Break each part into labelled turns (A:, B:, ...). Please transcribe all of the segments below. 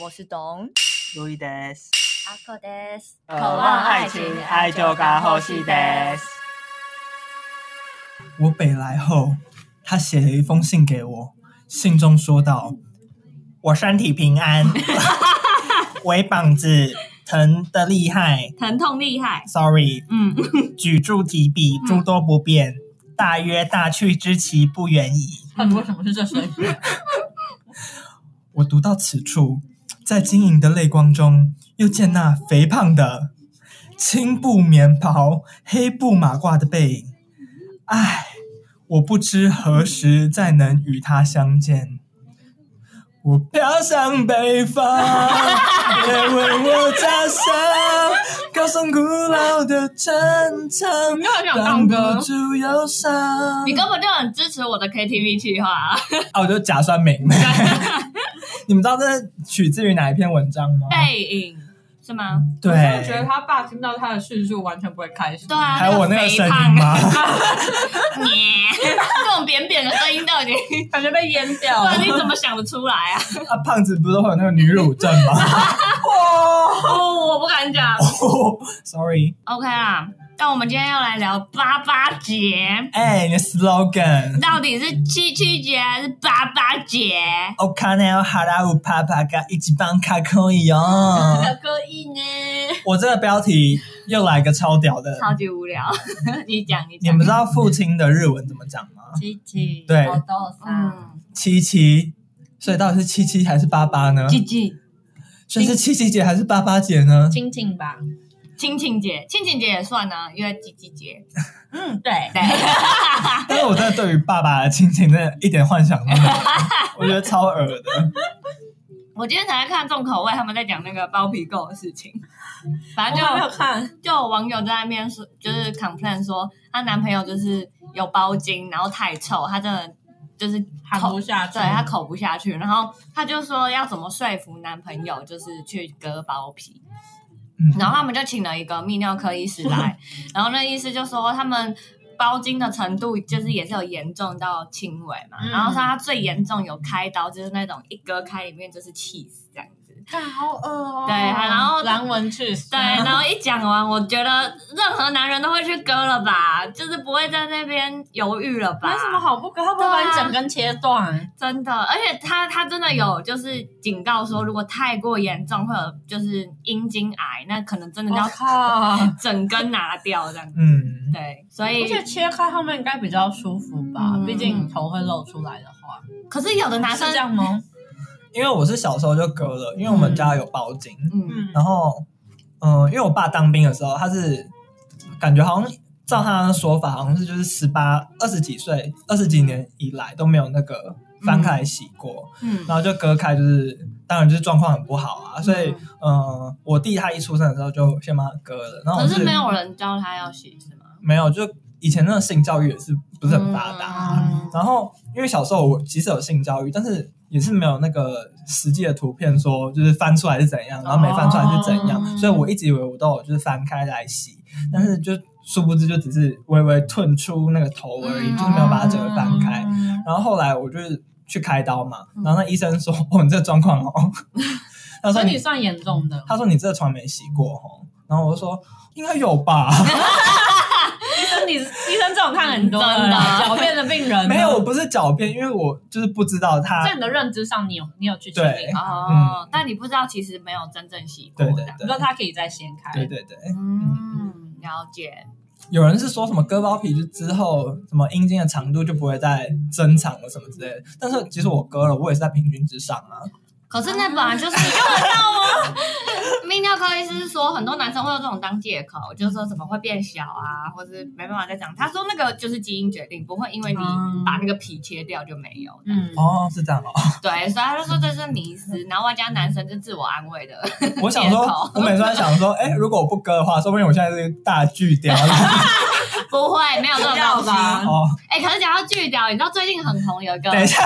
A: 我是董
B: 路易德斯，
A: 阿克德斯，
B: 渴望爱情，爱就该呼吸德。
C: 我北来后，他写了一封信给我，信中说道：“我身体 平安，围膀子疼的厉害
D: 疼痛厉害。
C: ，sorry，
D: 嗯，
C: 举箸提笔，诸多不便，大约大去之期不远矣。”
D: 到底为什么是这声音？
C: 我读到此处，在晶莹的泪光中，又见那肥胖的青布棉袍、黑布马褂的背影。唉，我不知何时再能与他相见。我飘向北方，别为我加上高耸古老的战场，
D: 你好想
C: 挡
D: 唱歌
C: 不，住忧伤。
D: 你根本就很支持我的 KTV 计划啊。
C: 啊，我就假酸民。 你们知道这是取自于哪一篇文章吗？
D: 背影是吗？
C: 对，
E: 我真的觉得他爸听到他的叙述完全不会开心。
D: 对 啊，
C: 还有我那个
D: 个
C: 声
D: 肥
C: 音
D: 胖，
C: 吗？
D: 你这种扁扁的声音都已经，
E: 感觉被淹掉
D: 不然你怎么想得出来啊？
C: 啊，胖子不是都会有那个女乳症吗
D: 哦，我不敢讲。
C: ？Sorry，
D: OK 啦，但我们今天要来聊八八节，
C: 哎、你的 slogan。
D: 到底是七七节还是八八节？
C: 我看到哈拉乌帕帕嘎一起帮卡可以哦。
D: 歌意呢？
C: 我这个标题又来个超屌的，
D: 超级无聊， 你讲你
C: 你
D: 讲
C: 们。知道父亲的日文怎么讲吗？
E: 七七，
C: 对
E: 好多三，
D: 嗯，
C: 七七，所以到底是七七还是八八呢？
D: 七
C: 所以是七七姐还是八八姐呢？
E: 亲亲吧。
D: 亲亲节，亲亲节也算呢，因为几几 节。
E: 嗯，对，
D: 对，
C: 但是我真的对于爸爸的亲情真的一点幻想都没 有，我觉得超恶的。
D: 我今天才在看重口味，他们在讲那个包皮垢的事情。 反
E: 我
D: 正就
E: 还没有看，
D: 就有网友在那边说，就是 complain 说她男朋友就是有包茎，然后太臭，她真的就是
E: 喊
D: 口
E: 不下去。
D: 对她口不下去，然后她就说要怎么说服男朋友就是去割包皮，
C: 嗯
D: 然后他们就请了一个泌尿科医师来，然后那医师就说他们。包茎的程度就是也是有严重到轻微嘛，
E: 嗯
D: 然后说他最严重有开刀，就是那种一割开里面就是气死这样子。
E: 看好饿哦。
D: 对然后
E: 狼文去死。
D: 对，然后一讲完，我觉得任何男人都会去割了吧，就是不会在那边犹豫了吧？
E: 没什么好不割，他不
D: 啊
E: 会把你整根切断。
D: 真的，而且他他真的有就是警告说，如果太过严重会有就是阴茎癌，那可能真的
E: 我
D: 要
E: 靠！
D: 整根拿掉这样。
C: 嗯，
D: 对，所
E: 而
D: 以
E: 且切开后面应该比较舒服吧，
D: 嗯
E: 毕竟头会露出来的话。
D: 可是有的男
E: 是
D: 生
E: 这，样吗？
C: 因为我是小时候就割了，因为我们家有包茎，
D: 嗯，
E: 嗯，
C: 然后，嗯、因为我爸当兵的时候，他是感觉好像照他的说法，好像是就是十八二十几岁，二十几年以来都没有那个翻开来洗过，
D: 嗯
C: 然后就割开，就是当然就是状况很不好啊，所以，嗯、我弟他一出生的时候就先帮他割了，然后我
D: 可
C: 是
D: 是没有人教他要洗是吗？
C: 没有，就以前那个性教育也是不是很发达，
D: 嗯
C: 然后，因为小时候我即使有性教育，但是也是没有那个实际的图片说就是翻出来是怎样，然后没翻出来是怎样，
E: 哦
C: 所以我一直以为我都有就是翻开来洗，但是就殊不知就只是微微褪出那个头而已，
D: 嗯
C: 就是没有把它整个翻开。
E: 嗯
C: 然后后来我就是去开刀嘛，
D: 嗯
C: 然后那医生说：“哦，你这状况哦。”他说
E: 身体
C: 你：“
E: 算严重的，
C: 他说你这床没洗过哦。”然后我就说：“应该有吧。”
E: 医生你医生这种看很多了
D: 真的
E: 狡辩嗯的病 人
C: 没有，我，不是狡辩，因为我就是不知道他
E: 在你的认知上，你有你有去确
C: 对
E: 定，
D: 哦，但你不知道其实没有真正洗过
C: 对
D: 的
C: 嗯对。
E: 你
C: 对
E: 说他可以再掀开，
C: 对对对。
D: 嗯，了解。
C: 有人是说什么割包皮就之后什么阴茎的长度就不会再增长了什么之类的，但是其实我割了，我也是在平均之上啊。
D: 可是那本来就是你看得到 吗？泌尿科医师是说，很多男生会有这种当借口，就是说什么会变小啊，或是没办法再长。他说那个就是基因决定，不会因为你
E: 嗯
D: 把那个皮切掉就没有。
E: 嗯，
C: 哦，是 这样哦。
D: 对，所以他就说这是迷思。然后外加男生就自我安 慰的，
C: 我想说
D: 借口，
C: 我每次在想说，哎、如果我不割的话，说不定我现在是个大巨雕。
D: 不会没有这种东
E: 不要
D: 西。
E: 吧
C: 哦，
D: 哎、可是讲到巨雕，你知道最近很红有一个，
C: 等一下，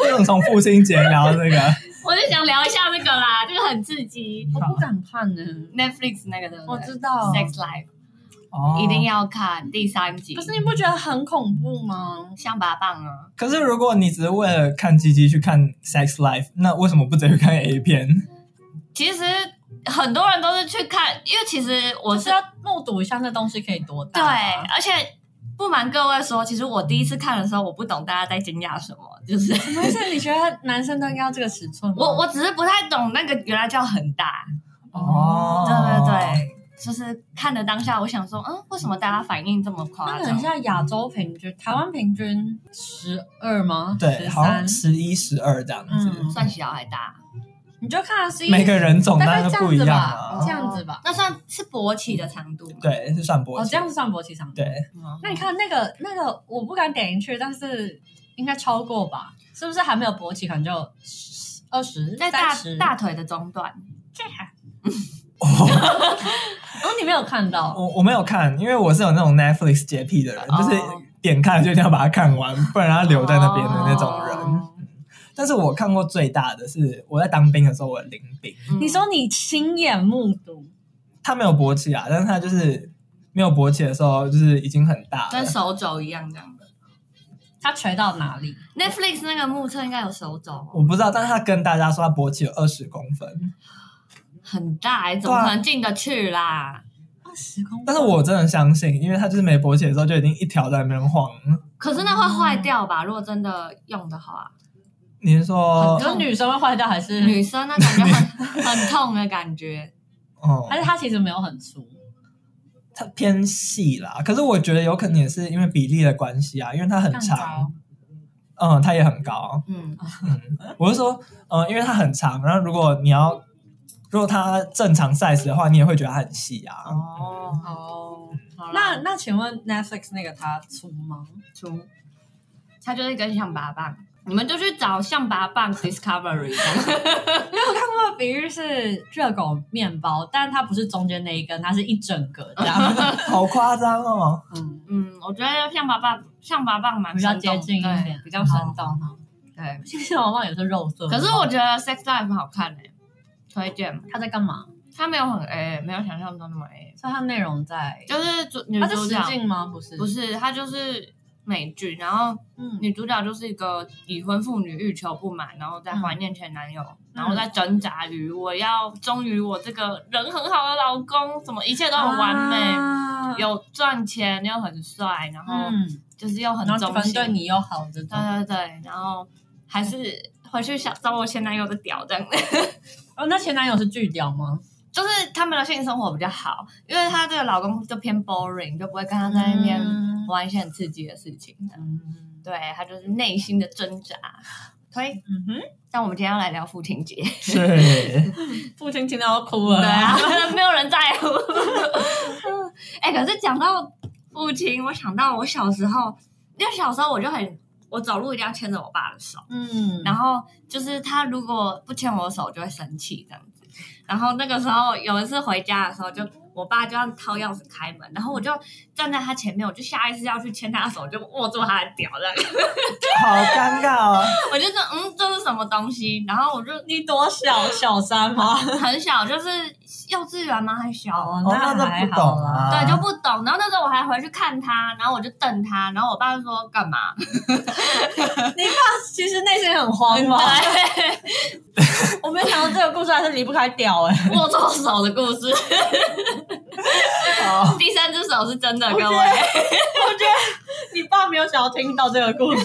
C: 为什么从父亲节聊这个？
D: 我就想聊一下那个啦，这个很刺激
E: 哦我不敢看呢，
D: ，Netflix 那个的，
E: 我知道
D: Sex Life，
C: 哦
D: 一定。要看第三集。
E: 可是你不觉得很恐怖吗？
D: 象拔蚌啊，
C: 可是如果你只是为了看鸡鸡去看 sex life，那为什么不直接看 A 片？
D: 其实很多人都是去看，因为其实我
E: 是
D: 是
E: 要目睹一下那东西可以多
D: 对
E: 大、，啊？
D: 而且不瞒各位说，其实我第一次看的时候，我不懂大家在惊讶什么， 就是
E: 对，没事。你觉得男生都应该要这个尺寸吗？
D: 我我只是不太懂那个原来叫很大，
C: 哦，
D: 对对对。就是看的当下，我想说，嗯，为什么大家反应这么
E: 那
D: 夸
E: 个
D: 张
E: 很？像亚洲平均，台湾平均十二吗？
C: 对，
E: 十
C: 好像
E: 三。
C: 十一、十二这样子，
E: 嗯，
D: 算小还大，
E: 你就看了是一
C: 每个人总
E: 大
C: 当
E: 概
C: 然
E: 这
C: 都不
E: 样
C: 一
E: 子
C: 样
E: 吧，哦
C: 啊
E: 这。样子吧。
D: 那算是勃起的长度吗？
C: 对，是算勃
E: 哦，
C: 起。
E: 这样子算勃起长度。
C: 对，
D: 嗯，
E: 那你看那个那个，我不敢点进去，但是应该超过吧？是不是还没有勃起，可能就二十、
D: 在大
E: 三十？
D: 大腿的中段，
C: 哦，
E: 哦，你没有看到？
C: 我我没有看，因为我是有那种 Netflix 洁癖的人，
D: 哦
C: 就是点看就一定要把它看完，不然它留在那边的那种人。
D: 哦
C: 但是我看过最大的是我在当兵的时候，我领兵，
D: 嗯
E: 你说你亲眼目睹，
C: 他没有勃起啊，但是他就是没有勃起的时候，就是已经很大了
D: 跟。手肘一样这样的。
E: 他垂到哪里？
D: Netflix 那个目测应该有手肘哦，
C: 我不知道，但是他跟大家说他勃起有二十公分，嗯
D: 很大欸，怎么
C: 对啊
D: 可能进得去啦？
E: 二十公分。
C: 但是我真的相信，因为他就是没勃起的时候就已经一条在那边晃了。
D: 可是那会坏掉吧？如果真的用的话，
C: 你是说
E: 你，说女生会坏掉还
C: 嗯
E: 是？
D: 女生那感觉 很很痛的感觉。
C: 哦，
E: 还是它其实没有很粗？
C: 它偏细啦，可是我觉得有可能也是因为比例的关系啊，因为它很长，嗯，它也很高。
D: 嗯，
C: 我是说，嗯，因为它很长，然后如果你要，如果它正常 size 的话，你也会觉得它很细啊。
D: 哦，
E: 哦，
D: 好啦
E: 那那请问 Netflix 那个它粗 吗？
D: 出，它就是一根象拔蚌，你们就去找象拔蚌 Discovery 这样。
E: 它的比喻是热狗面包，但它不是中间那一根，它是一整个这 样。
C: 好夸张哦！
E: 嗯，
D: 嗯，我觉得象拔蚌象拔蚌蛮
E: 比较
D: 生动
E: 接近一
D: 对
E: 点，哦
D: 比较生动。
E: 动。
D: 对，
E: 其实往往也是肉色的。
D: 可是我觉得 Sex Life 好看诶，推荐。
E: 它在干嘛？
D: 它没有很 A，没有想象中那么 A，
E: 所以它内容在，
D: 就是主女
E: 它是
D: 主
E: 实
D: 角
E: 境吗？不是，
D: 不，是，她就是美剧，然后
E: 嗯，
D: 女主角就是一个已婚妇女欲求不满，然后在
E: 嗯
D: 怀念前男友，然后在挣扎于我要忠于我这个人很好的老公，怎么一切都很完美，
E: 啊，
D: 有赚钱又很帅，然后
E: 嗯，
D: 就是又很
E: 然后
D: 忠
E: 反正
D: 心，
E: 对你又好这种。
D: 对对对，然后还是回去想找我前男友的 屌这样。
E: 哦，那前男友是巨屌吗？
D: 就是他们的性生活比较好，因为她这个老公就偏 boring，就不会跟她在那边
E: 嗯
D: 玩一些很刺激的事情。
E: 嗯
D: 对她就是内心的挣扎。推，
E: 嗯哼。
D: 但我们今天要来聊父亲节，
C: 是，
E: 父亲听到要哭了。
D: 对啊， 没有人在乎。哎、可是讲到父亲，我想到我小时候，因为小时候我就很，我走路一定要牵着我爸的手。
E: 嗯，
D: 然后就是他如果不牵我的手，就会生气这样子。然后那个时候有一次回家的时候就，我爸就要掏钥匙开门，然后我就站在他前面，我就下意识要去牵他的手，就握住他的屌这样，
C: 好尴尬哦。
D: 我就说嗯，这是什么东西？然后我就
E: 你多小小三啊吗？
D: 很小，就是幼稚园吗？还小啊。
C: 哦，那
E: 还
C: 这不
E: 好
C: 懂
E: 啦。
C: 啊，
D: 对，就不懂。然后那时候我还回去看他，然后我就瞪他，然后我爸就说干嘛？
E: 你爸 其实内心很慌嘛。
D: 对，
E: 我没有想到这个故事还是离不开屌哎、
D: 握住手的故事，
C: 哦
D: 第三只手是真的，
E: 我觉
D: 各
E: 得，
D: 位。
E: 我觉得你爸没有想要听到这个故事，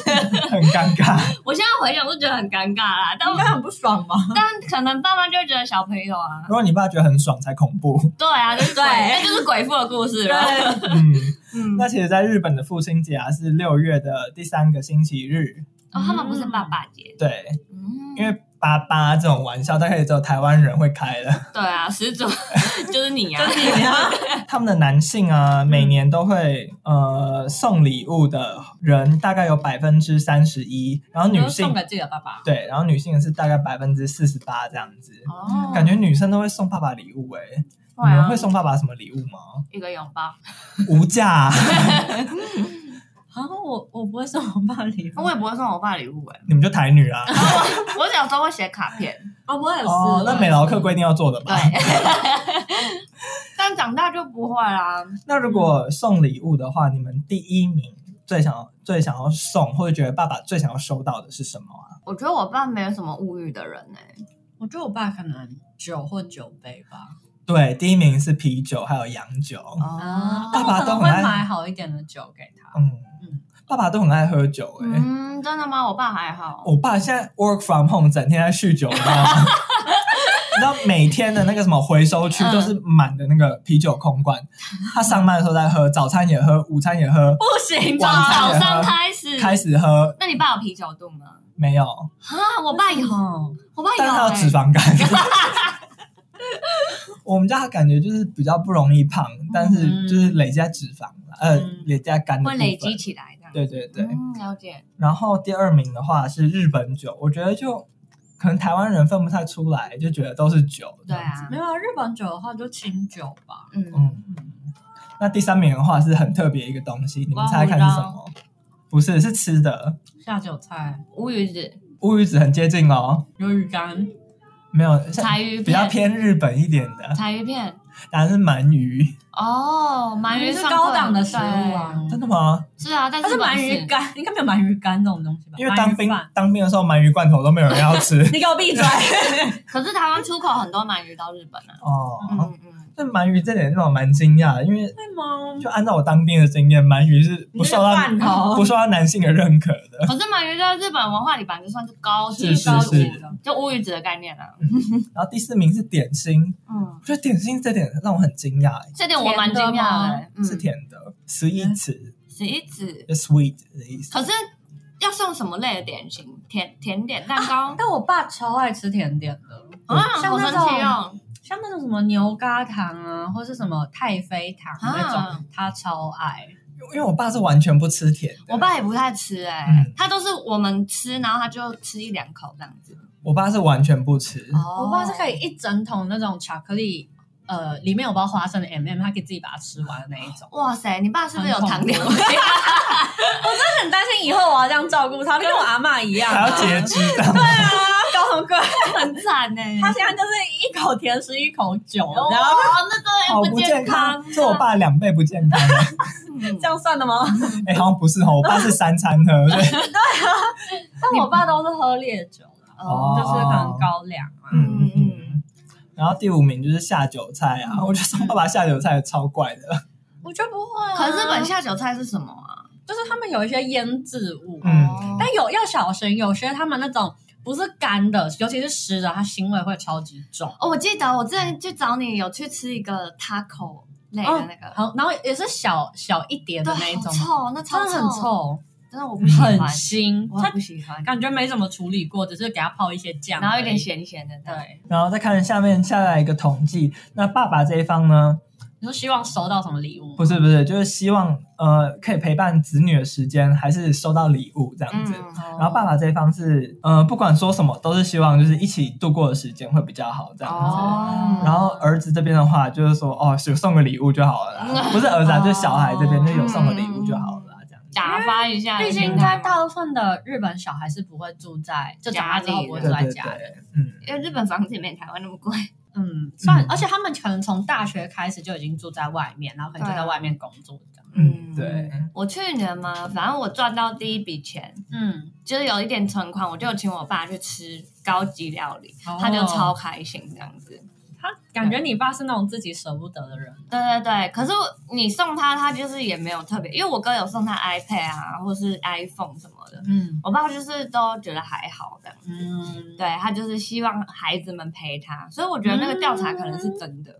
C: 很尴尬。
D: 我现在回想都觉得很尴尬啦，但
E: 应
D: 我
E: 该很不爽吧？
D: 但可能爸妈就会觉得小朋友啊，
C: 如果你爸觉得很爽才恐怖。
D: 对啊，就是鬼，
E: 对
D: 那就是鬼父的故事了。
C: 嗯，
D: 嗯，
C: 那其实，在日本的父亲节啊是六月的第三个星期日，
D: 哦，他们不是爸爸节，
C: 对，
D: 嗯，
C: 因为爸爸这种玩笑大概也只有台湾人会开了。
E: 嗯
D: 对啊，始 祖就是你啊，
E: 你啊，
C: 他们的男性啊，每年都会呃送礼物的人大概有百分之三十一，然后
E: 你
C: 女
E: 就
C: 性
E: 送给自己的爸爸。
C: 对，然后女性是大概百分之四十八这样子。
D: 哦
C: 感觉女生都会送爸爸礼物哎、
D: 对
C: 你
D: 啊
C: 们会送爸爸什么礼物吗？
D: 一个拥抱，
C: 无价啊、
E: 啊，我我不会送我爸礼物，
D: 我也不会送我爸礼物哎，
C: 你们就台女啊。
D: 我小时候会 写卡片，
C: 哦
E: 啊，我也是。
C: 哦，那美劳课规定要做的吧？
D: 对，但 但长大就不会啦。
C: 那如果送礼物的话，你们第一名最想要最想要送，或者觉得爸爸最想要收到的是什么啊？
D: 我觉得我爸没有什么物欲的人呢、欸
E: 我觉得我爸可能酒或酒杯吧，
C: 对，第一名是啤酒，还有洋酒。
D: 哦
E: 啊，
C: 爸
E: 但
C: 爸都
E: 我可能会
C: 很爱
E: 买好一点的酒给他。
C: 嗯
E: 嗯
C: 爸爸都很爱喝酒诶、
D: 嗯，真的吗？我爸还好。
C: 我爸现在 work from home，整天在酗酒，你知 道吗？你知道每天的那个什么回收区
D: 嗯
C: 都是满的那个啤酒空罐，他上班的时候在喝，早餐也喝，午餐也喝，
E: 不行
D: 从
C: 晚
E: 吧？
C: 餐
D: 早
C: 也
D: 上
C: 喝
D: 开始，
C: 开始喝
D: 那你爸有啤酒肚吗？
C: 没有，
D: 啊，我爸有，
E: 哦，
D: 我爸有、
C: 但是他有
D: 欸
C: 脂。肪肝。 我们家感觉就是比较不容易胖，但是就是累积在脂肪，呃，
E: 嗯
C: 累积在肝
D: 嗯
C: 的
D: 会累积
C: 部分。
D: 起来的。
C: 对对对，
D: 嗯，了解。
C: 然后第二名的话是日本酒，我觉得就可能台湾人分不太出来，就觉得都是酒。
D: 对，啊
E: 没，有啊日本酒的话就清酒吧。
D: 嗯，
C: 嗯。那第三名的话是很特别一个东西，你们猜看是什么？不是，是吃的。
E: 下酒菜、
D: 无鱼子、
C: 乌鱼子很接近哦，
E: 鱿鱼干，
C: 没有，
D: 柴鱼
C: 比较
D: 片、
C: 偏日本一点的，
D: 柴鱼片。
C: 答案是鳗鱼。
D: 哦，鳗鱼
E: 是
D: 上过
E: 高档的食物啊。
C: 真的吗？
D: 对是啊，但
E: 它是
D: 是
E: 鳗鱼干， 应该没有鳗鱼干这种东西吧？
C: 因为
E: 鳗
C: 当
E: 鱼
C: 兵
E: 饭
C: 当兵的时候，鳗鱼罐头都没有人要 吃
E: 你给我闭嘴！
D: 可是台湾出口很多鳗鱼到日本啊。
C: 哦。
D: 嗯嗯，
C: 那鳗鱼这点让我蛮惊讶的，因为
E: 对吗？
C: 就按照我当兵的经验，鳗鱼是不受到啊
E: 你那个罐哦头
C: 不受到男性的认可的。
D: 可是鳗鱼在日本文化里本来就算是高级
C: 是是嗯
D: 高级
C: 是
D: 的，就乌鱼子的概念啊。
C: 然后第四名是点心，
D: 嗯，
C: 我觉得点心这点让我很惊讶、欸，
D: 这点我蛮惊讶的欸。嗯
C: 是，甜的，十一词
D: 是一子。
C: 就 sweet 的意思。
D: 可是要送什么类的点心？甜甜点、蛋糕
E: 但我爸超爱吃甜点的，
D: 啊，
E: 啊像
D: 好
E: 那
D: 神
E: 种
D: 奇哦。
E: 像那种什么牛轧糖啊，或是什么太妃糖那
D: 啊
E: 种，他超爱。
C: 因为我爸是完全不吃甜的，
D: 我爸也不太吃哎、
C: 嗯
D: 他都是我们吃，然后他就吃一两口这样子。
C: 我爸是完全不吃，
D: 哦
E: 我爸是可以一整桶那种巧克力，呃，里面有包花生的 M M，他可以自己把它吃完的那一种。
D: 哇塞，你爸是不是有糖尿
E: 很
D: 病？
E: 我很担心以后我要这样照顾他，跟我阿嬷一样
C: 还
E: 啊。
C: 要截肢的。
E: 对啊，高很贵。
D: 很惨呢、欸。
E: 他现在就是啊一口甜食一口酒，
D: 哦，
E: 然后
D: 那
C: 好
D: 真的
C: 不
D: 不
C: 健
D: 康啊
C: 康，。是我爸两倍不健康。啊
D: 嗯
E: 这样算的吗？
C: 哎、好像不是哦，我爸是三餐喝，所以
E: 但我爸都是喝烈酒啊啦，
C: 哦
E: 就是可能高粱啊。
C: 嗯嗯嗯。然后第五名就是下酒菜啊，我觉得送爸爸下酒菜超怪的。
E: 我觉得不会、啊。
D: 可是日本下酒菜是什么啊？
E: 就是他们有一些腌制物，啊
C: 嗯
D: 哦
E: 但有要小心，有些他们那种不是干的，尤其是湿的，它腥味会超级重。
D: 哦，我记得我之前去找你有去吃一个 taco 类的那个，
E: 好，然后也是小小一哦碟的那一
D: 对，
E: 种，
D: 好臭，那
E: 真
D: 超
E: 的很，哦臭，
D: 真的我不喜欢
E: 很，腥，
D: 我很不
E: 它
D: 喜欢，
E: 感觉没怎么处理过，只是给它泡一些酱，
D: 然后有点。咸咸的，对。
E: 对，
C: 然后再看下面下来一个统计，那爸爸这一方呢，
E: 你说希望收到什么礼物吗？
C: 不是不是，就是希望呃可以陪伴子女的时间，还是收到礼物这样子。
D: 嗯，
E: 哦，
C: 然后爸爸这一方是，呃，不管说什么，都是希望就是一起度过的时间会比较好这样子。
D: 哦
C: 然后儿子这边的话，就是说哦，有送个礼物就好了啦，不是儿子啊，
E: 哦
C: 就是小孩这边就有送个礼物就好了啦，这样子。
D: 打发一下
E: 毕
D: 心态嘛，
E: 竟应该大部分的日本小孩是不会住在，就长大之后不会住
C: 对
E: 在
C: 对
E: 家里。
C: 对，嗯，
D: 因为日本房子也没台湾那么贵，
E: 嗯，算
C: 嗯，
E: 而且他们可能从大学开始就已经住在外面，然后可能就
D: 对啊
E: 在外面工作这样。
C: 嗯对。
D: 我去年嘛，反正我赚到第一笔钱，
E: 嗯，
D: 就是有一点存款，我就请我爸去吃高级料理，
E: 哦
D: 他就超开心这样子。
E: 他感觉你爸是那种自己舍不得的人。
D: 对对对，可是你送他，他就是也没有特别，因为我哥有送他 iPad 啊，或是 iPhone 什么的，
E: 嗯
D: 我爸就是都觉得还好的。
E: 嗯，
D: 对他就是希望孩子们陪他，所以我觉得那个调查可能是真的。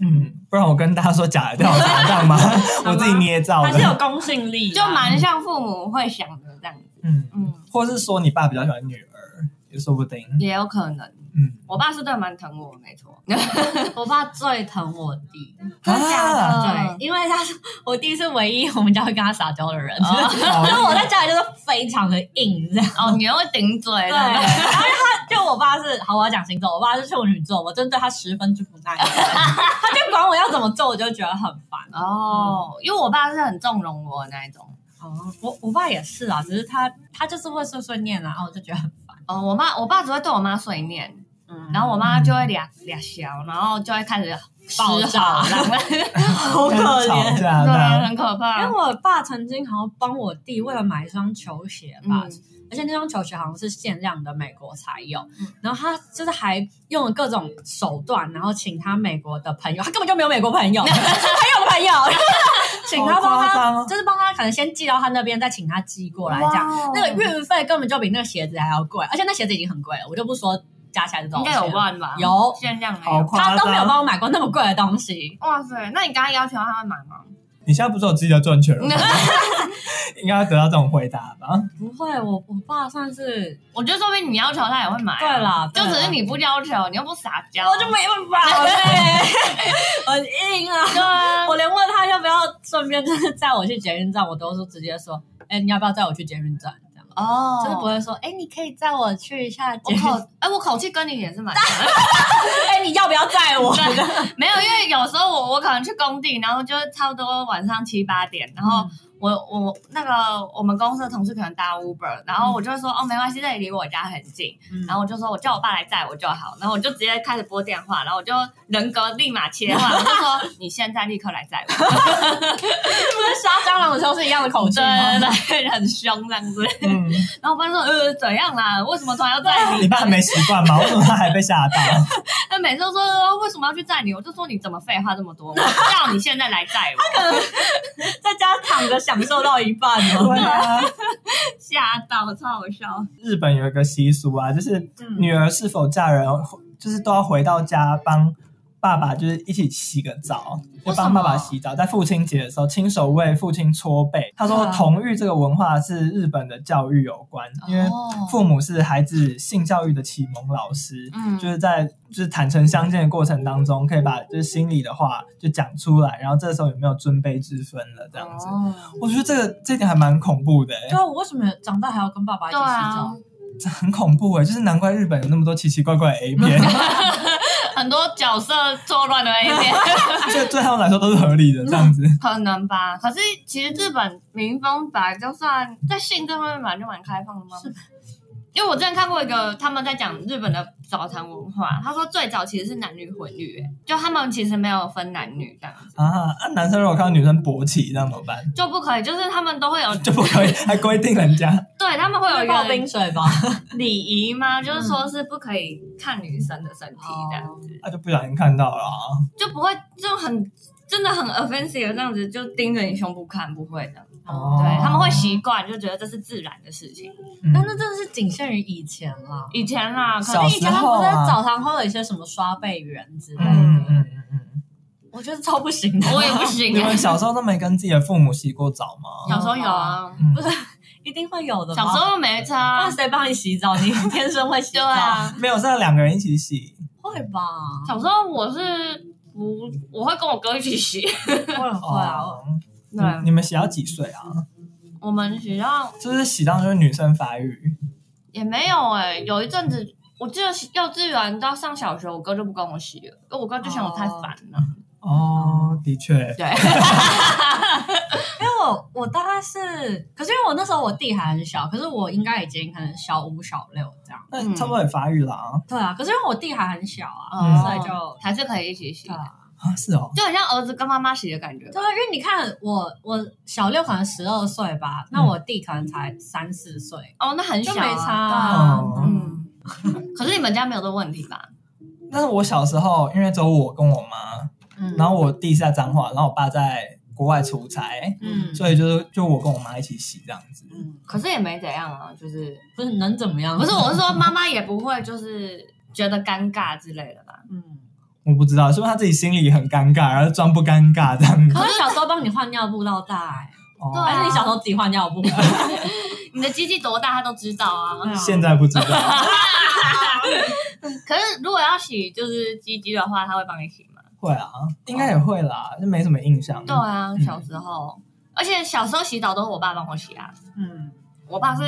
C: 嗯，不然我跟大家说假的调查，这样吗？ 我自己捏造
E: 还是有
C: 的。
E: 公信力
D: 就
E: 啦，
D: 蛮像父母会想的这样子，
C: 嗯，
D: 嗯，
C: 或是说你爸比较喜欢女儿，也说不定。
D: 也有可能。
C: 嗯，
D: 我爸是对我蛮疼我，没错，
E: 我爸最疼我弟，
D: 真的假的
E: 对，因为他是我弟是唯一我们家会跟他撒娇的人，
D: 哦
E: 然后我在家里就是非常的硬这样。
D: 哦，你又会顶嘴
E: 对，
D: 的，
E: 然后他就我爸是好，我要讲星座，我爸是处女座，我真的对他十分之不耐烦，他就管我要怎么做，我就觉得很烦。
D: 哦，因为我爸是很纵容我的那一种。
E: 哦，我我爸也是啊，只是他他就是会碎碎念啊，然后我就觉得很烦。
D: 哦，我妈我爸只会对我妈碎念，
E: 嗯
D: 然后我妈就会俩俩小，然后就会开始
E: 爆炸
D: 好
E: 了。
D: 好
C: 跟
D: 可
C: 吵
D: 怜，
C: 架
D: 对，
C: 的，
D: 很可
E: 因
D: 怕。
E: 为我爸曾经好像帮我弟为了买一双球鞋吧，
D: 嗯
E: 而且那双球鞋好像是限量的，美国才有。
D: 嗯
E: 然后他就是还用了各种手段，然后请他美国的朋友，他根本就没有美国 朋友，是朋友的朋友， 请他帮
C: 好夸张
E: 他，
C: 哦
E: 就是帮他可能先寄到他那边，再请他寄过来这样。
D: 哇哦
E: 那个运费根本就比那个鞋子还要贵，而且那鞋子已经很贵了，我就不说加起来就多
D: 应该
E: 少钱
D: 有
E: 了
D: 万吧？
E: 有
D: 限量的
C: 好
D: 有。
E: 他
C: 夸
E: 都没有
C: 张。
E: 帮我买过那么贵的东西。
D: 哇塞，那你刚刚要求他们买吗？
C: 你现在不是有自己的赚钱 了吗？应该要得到这种回答 吧？
E: 不会，我我爸算是
D: 我觉得说明你要求他也会买啊。
E: 对啦对
D: 就
E: 啦
D: 只是你不要求，你又不撒娇，
E: 我就没办 法了，很硬啊。
D: 对啊。
E: 我连问他要不要顺便 就是载我去捷运站，我都是直接说，哎、你要不要载我去捷运站？这样，
D: 哦
E: 就是不会说，哎、你可以载我去一下捷
D: 我
E: 运。
D: 口哎，我口气跟你也是蛮像的。
E: 哎、你要不要 载我？
D: 没有，因为有时候我我可能去工地，然后就差不多晚上七八点，然
E: 嗯
D: 后我、我那个我们公司的同事可能搭 Uber，然后我就会说、哦没关系，这里离我家很近，
E: 嗯
D: 然后我就说我叫我爸来载我就好，然后我就直接开始拨电话，然后我就人格立马切换，我就说你现在立刻来 载我，
E: 不是杀蟑螂的时候是一样的口气
D: 对
E: 吗？
D: 对对，很凶这样子，
C: 嗯，
D: 然后我爸说呃怎样啦，为什么突然要载你？
C: 你爸没习惯 吗？为什么他还被吓到？
D: 他每次都说呃为什么要去载你，我就说你怎么废话这么多，我叫你现在来载我，
E: 在家躺着享受到一半哦。
C: 对啊，
D: 吓到超好笑。
C: 日本有一个习俗啊，就是
E: 嗯
C: 女儿是否嫁人，就是都要回到家帮爸爸，就是一起洗个澡，就
D: 为什么
C: 帮爸爸洗澡。在父亲节的时候，亲手为父亲搓背。他说，
E: 哇
C: 同浴这个文化是日本的教育有关，因为
D: 哦
C: 父母是孩子性教育的启蒙老师，
D: 嗯
C: 就是在就是坦诚相见的过程当中，可以把就是心里的话就讲出来，然后这时候有没有尊卑之分了，这样子。
D: 哦，
C: 我觉得这个这点还蛮恐怖的、欸
E: 对，啊，我为什么长大还要跟爸爸一起
D: 对
E: 洗
D: 啊
E: 澡？，
C: 很恐怖哎、就是难怪日本有那么多奇奇怪怪的 A 片，
D: 很多角色错乱的 A 片，
C: 这对他们来说都是合理的这样子。
D: 可能吧。可是其实日本民风本来就算在性这方面本来就蛮开放的吗？因为我之前看过一个他们在讲日本的澡堂文化，他说最早其实是男女混浴，欸就他们其实没有分男女这样子，
C: 啊，啊男生如果看到女生勃起，那怎么办？
D: 就不可以，就是他们都会有，
C: 就不可以，还规定人家。
D: 对他们会有一
E: 泡冰
D: 个
E: 水吧。
D: 礼仪吗？就是说
C: 嗯
D: 是不可以看女生的身体这样。
C: 他、啊就不小心看到了、啊，
D: 就不会就很真的很 offensive 这样子，就盯着你胸部看，不会的。
C: 哦
D: 对，他们会习惯，就觉得这是自然的事情。
C: 嗯
E: 但那真的是仅限于以前啦。
D: 以前啦，可
C: 小
D: 能
E: 以前他们不是
C: 小时候啊
E: 澡堂会有一些什么刷背员之类的，
C: 嗯嗯嗯嗯，
E: 我觉得超不行的。
D: 我也不
C: 嗯
D: 行
C: 你
D: 欸、
C: 们小时候都没跟自己的父母洗过澡吗？
D: 小时候有啊，
C: 嗯，
E: 不是一定会有的吧。
D: 小时候没
E: 那
C: 哦
D: 差，
E: 谁帮你洗澡？你天生会洗
D: 对
E: 澡？
D: 啊。
C: 没有，是要两个人一起洗。
E: 会吧？
D: 小时候我是不，我会跟我哥一起洗。
E: 会会啊。
C: 哦，
D: 对，
C: 你你们洗到几岁啊？
D: 我们学校
C: 就是洗到就是女生发育，
D: 也没有哎、有一阵子。我记得幼稚园到上小学，我哥就不跟我洗了，因为我哥就嫌我太烦了。
C: 哦，的确，
D: 对，
E: 因为我我大概是，可是因为我那时候我弟还很小，可是我应该已经可能小五小六这样。
C: 那
D: 嗯
C: 差不多也发育了啊。
E: 对啊，可是因为我弟还很小啊，
C: 嗯
E: 所以就
D: 哦还是可以一起洗
E: 对
D: 的。
E: 啊。
C: 啊，是哦，
D: 就很像儿子跟妈妈洗的感觉。
E: 对啊，因为你看我我小六可能十二岁吧，那我弟可能才三四岁，
D: 哦，那嗯很小、啊，
E: 就没差
D: 对啊
E: 啊。
C: 哦
D: 嗯，可是你们家没有这个问题吧？
C: 但是我小时候，因为只有我跟我妈，
E: 嗯
C: 然后我弟是在彰化，然后我爸在国外出差，
E: 嗯，
C: 所以就是就我跟我妈一起洗这样子。
D: 可是也没怎样啊，就是
E: 不是能怎么样？
D: 不是，我是说妈妈也不会就是觉得尴尬之类的 吧？
E: 嗯，
C: 我不知道是不是他自己心里很尴尬，然后装不尴尬这 样子。
E: 可是小时候帮你换尿布到大、欸，
C: 哦
D: 对啊
E: 还是你小时候自己换 尿布？
D: 你的鸡鸡多大，她都知道啊。
C: 现在不 知道
D: 可是如果要洗就是鸡鸡的话，她会帮你洗吗？
C: 会啊，应该也会啦，就没什么印象。
D: 对啊，
C: 嗯
D: 小时候，而且小时候洗澡都是我爸帮我洗啊，
E: 嗯，
D: 我爸是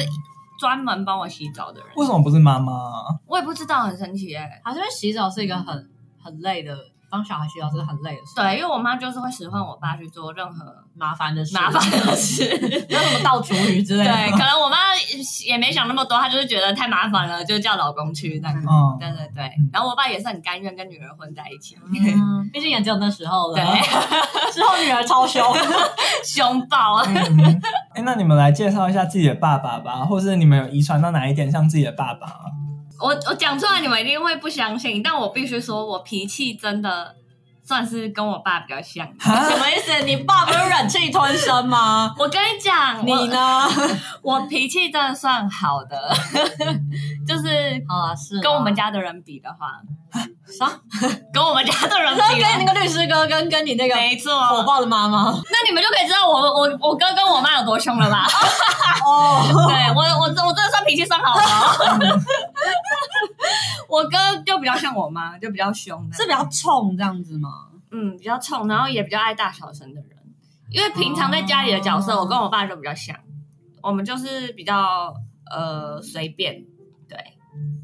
D: 专门帮我洗澡的人，
C: 为什么不是妈妈？
D: 我也不知道，很神奇哎、
E: 好像洗澡是一个很很累的帮小孩洗澡是很累的事，
D: 对，因为我妈就是会使唤我爸去做任何
E: 麻烦的事，
D: 麻烦的 事。
E: 没有什么倒厨余之类的。
D: 对，可能我妈也没想那么多，她就是觉得太麻烦了，就叫老公去这样。
C: 嗯
D: 对对对
C: 嗯，
D: 然后我爸也是很甘愿跟女儿混在一起，
E: 嗯，毕竟也只有那时候了。
D: 对，
E: 之后女儿超 凶，
D: 凶暴啊！
C: 嗯， 哎，那你们来介绍一下自己的爸爸吧，或是你们有遗传到哪一点像自己的爸爸吗？
D: 我我讲出来你们一定会不相信，但我必须说，我脾气真的算是跟我爸比较像。
E: 什么意思？你爸不是忍气吞声吗？
D: 我跟你讲，
E: 你
D: 我
E: 呢？
D: 我脾气真的算好 的，就是
E: 好啊，是啦
D: 跟我们家的人比的话，
E: 啥？
D: 跟我们家的人
E: 然后
D: 比的话
E: 跟你 那个律师哥跟跟你那个
D: 没错，
E: 火爆的妈 妈
D: 那你们就可以知道我我我哥跟我妈有多凶了吧？
E: 哦，
D: 对我我我真的算脾气算好了哦。 我哥就比较像我妈，就比较凶的，
E: 是比较冲这样子吗？
D: 嗯比较冲，然后也比较爱大小声的人。因为平常在家里的角色，
E: 哦
D: 我跟我爸就比较像，我们就是比较呃随便，对，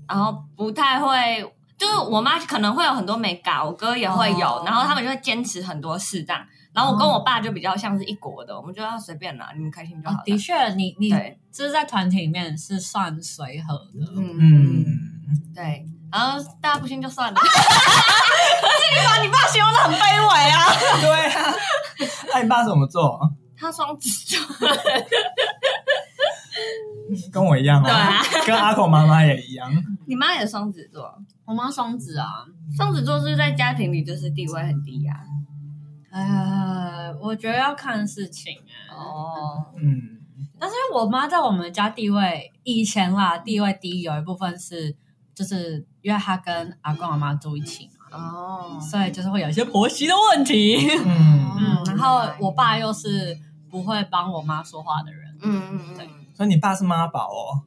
D: 然后不太会。就是我妈可能会有很多美嘎，我哥也会有
E: 哦
D: 然后他们就会坚持很多事这样。然后我跟我爸就比较像是一国的，我们就要随便啦，你们开心就好
E: 啊
D: 了。
E: 的确，你你
D: 对
E: 就是在团体里面是算随和的，
D: 嗯
C: 嗯，
D: 对，然后大家不信就算 了。
E: 把你爸形容的很卑微啊。
C: 对啊。那你爸怎么做？
D: 他双子座，
C: 跟我一样
D: 对
C: 啊，
D: 啊，
C: 跟阿口妈妈也一样。
D: 你妈也是双子座，
E: 我妈双子啊，
D: 双子座是不是在家庭里就是地位很低啊呀、
E: 呃，我觉得要看事情哎、
D: 哦，
C: 嗯，
E: 但是我妈在我们家地位以前啦，地位低有一部分是就是因为她跟阿公阿妈住一起嘛，
D: 哦，
E: 所以就是会有一些婆媳的问题。
C: 嗯，
E: 嗯，然后我爸又是不会帮我妈说话的人。
D: 嗯嗯
E: 对
D: 嗯，
C: 所以你爸是妈宝哦。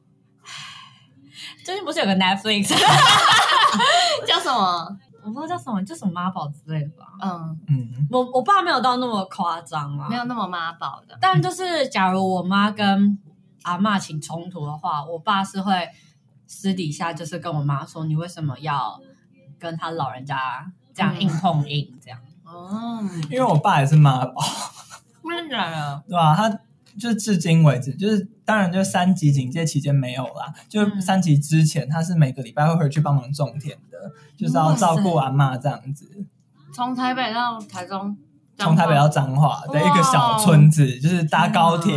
E: 最近不是有个 Netflix，
D: 嗯叫什么？
E: 我不知道叫什么，就什么妈宝之类的吧。
D: 嗯，
C: 嗯，
E: 我我爸没有到那么夸张啦，
D: 没有那么妈宝的。
E: 但就是，假如我妈跟阿嬷起冲突的话，我爸是会私底下就是跟我妈说，你为什么要跟他老人家这样硬碰硬这样？
D: 哦，
C: 因为我爸也是妈宝，
D: 真的假的？
C: 对吧、他就是至今为止，就是当然就是三级警戒期间没有啦，
D: 嗯
C: 就是三级之前他是每个礼拜会回去帮忙种田的，就是要照顾阿妈这样子。
D: 从台北到台中，
C: 从台北到彰化的一个小村子，就是搭高铁，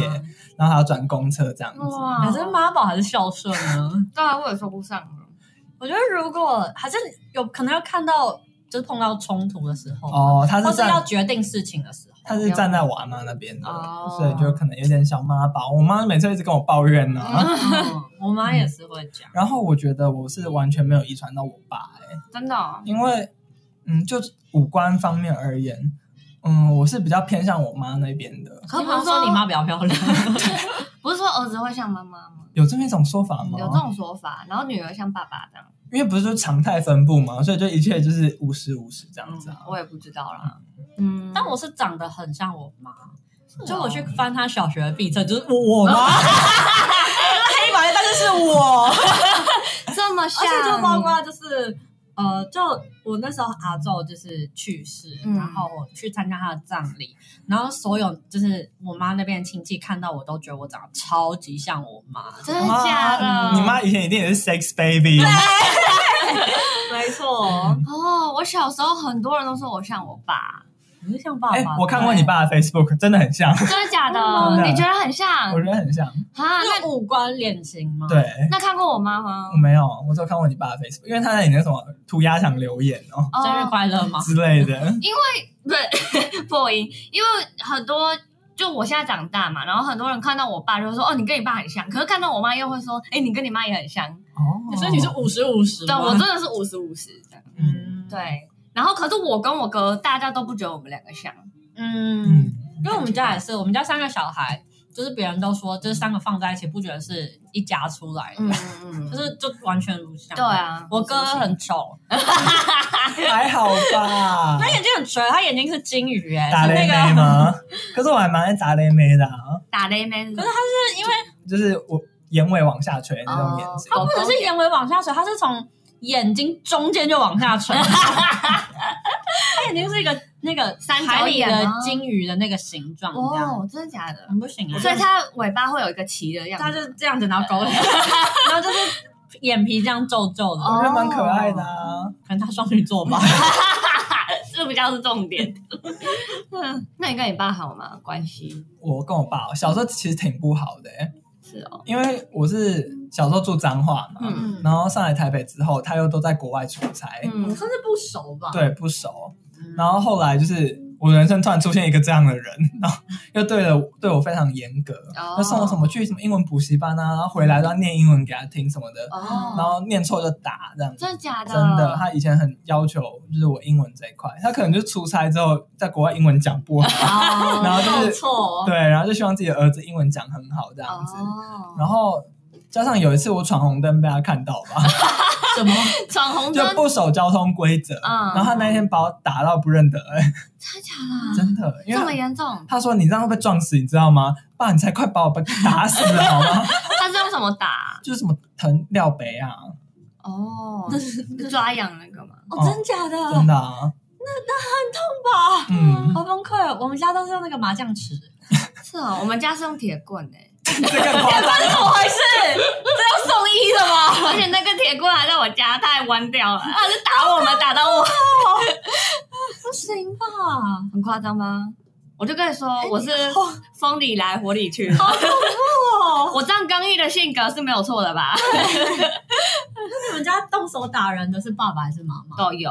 C: 然后还要转公车这样子。
D: 哇，
E: 还是妈宝还是孝顺呢？
D: 对啊，我也说不上了。
E: 我觉得如果还是有可能要看到，就是碰到冲突的时候，
C: 哦，他
E: 或
C: 是
E: 是要
C: 站
E: 决定事情的时候，
C: 他是站在我阿妈那边的，
D: 哦
C: 所以就可能有点小妈宝。我妈每次一直跟我抱怨呢、
E: 嗯 我妈也是会讲。
C: 然后我觉得我是完全没有遗传到我爸、欸，
D: 真的哦，
C: 因为嗯，就五官方面而言，嗯，我是比较偏向我妈那边的。
D: 可
E: 你
D: 不
E: 妈
D: 是
E: 说你妈比较漂亮，
D: 不是说儿子会像妈妈吗？
C: 有这么一种说法吗？
D: 有这种说法，然后女儿像爸爸这样，
C: 因为不是就常态分布嘛，所以就一切就是五十五十这样子啊。
D: 我也不知道啦。嗯，
E: 但我是长得很像我妈。
D: 哦
E: 就我去翻她小学的必测，就是我 我妈，黑白，但是是我，而
D: 这么像，
E: 且就包括就是呃，就我那时候阿昼就是去世，
D: 嗯
E: 然后我去参加他的葬礼，然后所有就是我妈那边的亲戚看到我都觉得我长得超级像我妈，
D: 真的假的？
C: 啊你妈以前一定也是 sex baby，
E: 没错，
D: 哦，我小时候很多人都说我像我爸，
E: 你是像爸
C: 哎、
E: 爸，
C: 我看过你爸的 Facebook，真的很像，
D: 真的假的？
C: 真的
D: 你觉得很像
C: 我觉得很像。
D: 啊？
E: 那
D: 那
E: 个五官脸型吗？
C: 对，
D: 那看过我妈吗
C: 我？没有，我只有看过你爸的 Facebook，因为他在你那什么涂鸦墙留言哦
D: 哦
E: 生日快乐吗？
C: 之类的。
D: 不是 破音，因为很多就我现在长大嘛，然后很多人看到我爸就会说哦，你跟你爸很像，可是看到我妈又会说，哎，你跟你妈也很像。
C: 哦
E: 所以你是五十五十，
D: 对，我真的是五十五十这样。
E: 嗯，
D: 对，然后可是我跟我哥大家都不觉得我们两个像，
E: 嗯。
C: 嗯，
E: 因为我们家也是，我们家三个小孩，就是别人都说，就是三个放在一起，不觉得是一家出来的，
D: 嗯 嗯
E: 就，是就完全不像。
D: 对，啊，
E: 我哥很丑，
C: 还好吧。
E: 他眼睛很垂，他眼睛是金鱼哎、
C: 打
E: 是
C: 雷
E: 那
C: 妹
E: 个，
C: 吗？可是我还蛮爱打雷妹的、啊，
D: 打雷没？可是
E: 是因为
C: 就是我眼尾往下垂那种眼睛。
D: 哦
E: 他不只是 眼尾往下垂，他是从眼睛中间就往下垂，他已经是一个那个
D: 三
E: 海
D: 角
E: 里
D: 眼
E: 的
D: 吗
E: 金鱼的那个形状，这样、
D: 哦，真的假的？
E: 很不行啊。
D: 所以它尾巴会有一个鳍的样子，
E: 它就是这样子，然后勾， 然后就是眼皮这样皱皱的，
D: 哦
C: 我觉得蛮可爱的啊。
E: 可能他双鱼座吧。
D: 这比较是重点。嗯， 那你跟你爸好吗？关系
C: 我跟我爸哦小时候其实挺不好的、欸，
D: 是哦，
C: 因为我是小时候住彰化嘛，
D: 嗯
E: 嗯，
C: 然后上来台北之后，他又都在国外出差，
E: 你
D: 嗯，
E: 算是不熟吧？
C: 对，不熟。
E: 嗯，
C: 然后后来就是我人生突然出现一个这样的人，然后又对了对我非常严格，
D: 哦
C: 就送我什么去什么英文补习班啊，然后回来都要念英文给他听什么的，
D: 哦，
C: 然后念错就打这样子。
D: 真的假的？
C: 真的，他以前很要求就是我英文这一块，他可能就出差之后在国外英文讲不好，
E: 哦，
C: 然后就是
E: 受挫，
C: 对，然后就希望自己的儿子英文讲很好这样子。
D: 哦，
C: 然后加上有一次我闯红灯被他看到吧，
E: 什 么？
D: 闯红
C: 就
D: 灯，
C: 不守交通规则，
D: 嗯
C: 然后他那一天把我打到不认得，哎，
D: 真的假的？
C: 真的，
D: 嗯
C: 因
D: 这么
C: 为
D: 严重？
C: 他说你这样会被撞死，你知道吗？爸，你才快把我被打死了好吗？
D: 他是用什么打？
C: 就是什么藤料杯啊，
D: 哦，是抓痒那个吗？
E: 哦，真假的？
D: 嗯
C: 真的啊，
E: 吧？
C: 嗯，
E: 好崩溃！哦我们家都是用那个麻将尺，
D: 是哦，我们家是用铁棍欸诶，
C: 这更夸张，
E: 怎么回事？这要送医的吗？
D: 而且那个铁棍还在我家，它还弯掉了，他是打我们，打到我，
E: 不行吧？
D: 很夸张吗？我就跟你说，
E: 哎
D: 我是风里来火里去，
E: 哦，
D: 我这样刚毅的性格是没有错的吧？
E: 那你们家动手打人的是爸爸还是妈妈？
D: 都有，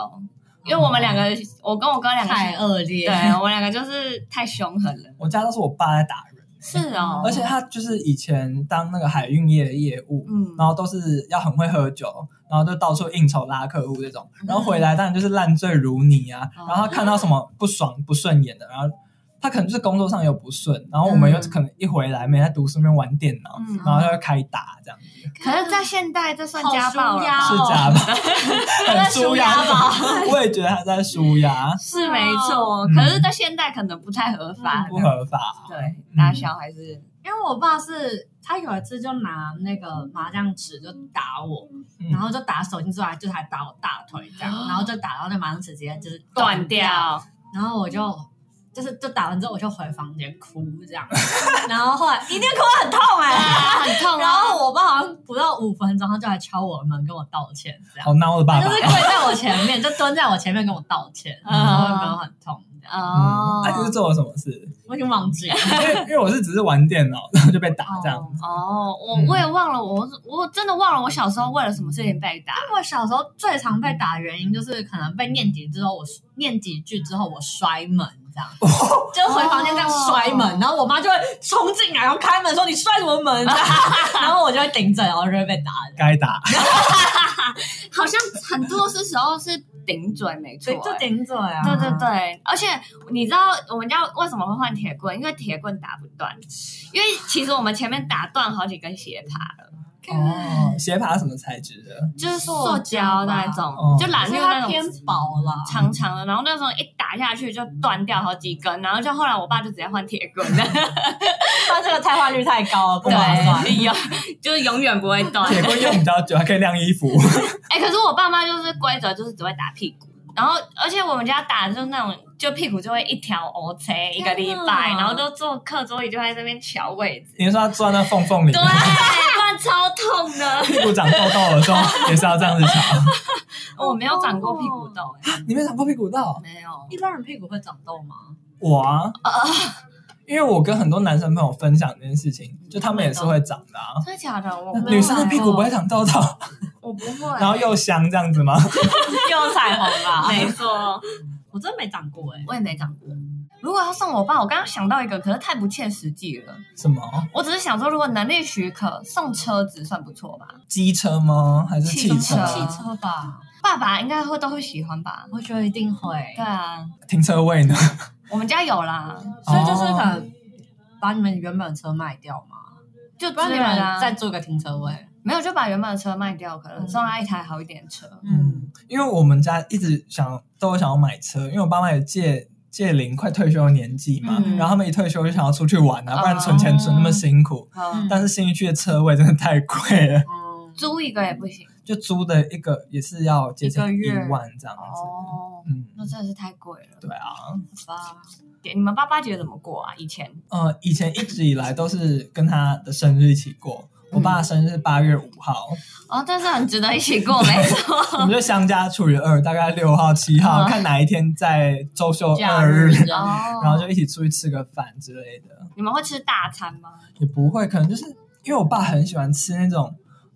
D: 因为我们两个，我跟我哥两个，
E: 太恶劣，
D: 对我们两个就是太凶狠了。
C: 我家都是我爸在打人，
D: 是哦
C: 而且他就是以前当那个海运业的业务，
D: 嗯，
C: 然后都是要很会喝酒，然后就到处应酬拉客户这种，然后回来当然就是烂醉如泥啊。
D: 嗯哦
C: 然后他看到什么不爽不顺眼的，然后他可能就是工作上有不顺，然后我们又
D: 嗯
C: 可能一回来没在读书，没有玩电脑，
D: 嗯
C: 然后他就开打这样，
D: 可是，在现代这算
E: 好
D: 家暴
E: 舒
D: 了
E: 压
D: 吧，
E: 哦
C: 是 家吧？
D: 在
C: 很舒压
D: 舒压吧
C: 这种， 我也觉得他在舒 压，
D: 是没错。
C: 嗯
D: 可是，在现代可能不太合法，
C: 不合法。
D: 对
C: 嗯
D: 打小还是
E: 因为我爸是他有一次就拿那个麻将尺就打我，
C: 嗯
E: 然后就打手心出来，就是还打我大腿这样，然后就打到那麻将尺直接就是
D: 嗯断
E: 掉，
D: 掉。哦
E: 然后我就。就是就打完之后我就回房间哭这样， 然后后来一定哭很痛哎、
D: 啊，很痛
E: 然
D: 啊！
E: 后我爸好像不到五分钟他就来敲我的门跟我道歉这样，
C: 好孬的爸
E: 他
C: 爸
E: 就。是跪在我前面，就蹲在我前面跟我道歉，
D: 嗯
E: 然后没有很痛这样，
D: 哦
C: 他嗯哎啊就是做了什么事？
E: 我已经忘记了。
C: 因为因为我是只是玩电脑，然后就被打这样。
D: 哦，我
C: 嗯
D: 我也忘了，我我真的忘了我小时候为了什么事情被打。
E: 我小时候最常被打的原因就是可能被念几之后，我念几句之后我摔门这样，就回房间这样摔门，然后我妈就会冲进来，然后开门说你摔什么门？ 这样然后我就会顶嘴，然后就会被打的。
C: 该打，
D: 好像很多是时候是顶嘴，没错、哎
E: 所以就顶嘴啊，
D: 对对对，而且你知道我们家为什么会换铁棍？因为铁棍打不断，因为其实我们前面打断好几根斜爬了，
C: 哦，鞋爬什么材质的？
D: 就是塑胶那
E: 塑胶
D: 种，
C: 哦
D: 就懒是
E: 所以
D: 那
E: 它
D: 种
E: 偏薄啦。
D: 长长的，然后那时候一打下去就断掉好几根，然后就后来我爸就直接换铁棍了，
E: 它这个汰换率太高了，不划 算。
D: 对，永就是永远不会断。
C: 铁棍用比较久，还可以晾衣服。
D: 哎、可是我爸妈就是规则就是只会打屁股，然后而且我们家打的就是那种。就屁股就会一条 O C 一个礼
E: 天
D: 拜，
E: 哪
D: 然后就坐课桌椅就在这边瞧位置，
C: 你是说他钻那缝缝 里
D: 对，啊
C: 面，
D: 不然超痛的。
C: 屁股长痘痘的时候 也是要这样子瞧。
D: 我没有长过屁股痘、欸，
C: 你没长过屁股痘？
D: 没有。
E: 一般人屁股会长痘 吗？
C: 我啊，因为我跟很多男生朋友分享这件事情，就他们也是会长的啊。
D: 真的假的？我没有
C: 女生的屁股不会长痘痘，
D: 啊我不会。
C: 然后又香这样子吗？
E: 又彩虹啦，
D: 没错，
E: 我真没长过哎。
D: 我也没长过。如果要送我爸，我刚刚想到一个，可是太不切实际了。
C: 什么
D: 我只是想说，如果能力许可，送车子算不错吧。
C: 机车吗？还是
D: 汽
C: 汽
D: 车
E: 汽车呃吧，
D: 爸爸应该会都会喜欢吧？
E: 我觉得一定会
D: 对。啊，
C: 停车位呢？
D: 我们家有啦，
E: 所以就是可能把你们原本的车卖掉嘛，
D: 就
E: 不然
D: 资
E: 你
D: 源
E: 们
D: 啊
E: 再做个停车位。
D: 没有就把原本的车卖掉，可能送他一台好一点的车。
E: 嗯，
C: 因为我们家一直想都有想要买车，因为我爸妈有借借龄快退休的年纪嘛，
D: 嗯
C: 然后他们一退休就想要出去玩啊，不然
D: 哦
C: 存钱存那么辛苦。
D: 好
E: 嗯
C: 但是新一区的车位真的太贵了，
E: 嗯，
D: 哦租一个也不行，
C: 就租的一个也是要接近
D: 一个
C: 一
D: 月
C: 万这样子。
D: 哦，
C: 嗯，
D: 那真的是太贵了。
C: 对啊，
E: 吧？
D: 对，你们八八节怎么过啊？以前
C: 呃，以前一直以来都是跟他的生日一起过。我爸的生日是八月五 号，
D: 哦，但是很值得一起过，没
E: 哦
D: 错。
C: 我们就相加除以二，大概六号、七号，
D: 嗯
C: 看哪一天在周休
E: 假
C: 二日
E: 日，这样
D: 哦，
C: 然后就一起出去吃个饭之类的，
D: 你们会吃大餐吗？
C: 也不会，可能就是因为我爸很喜欢吃那种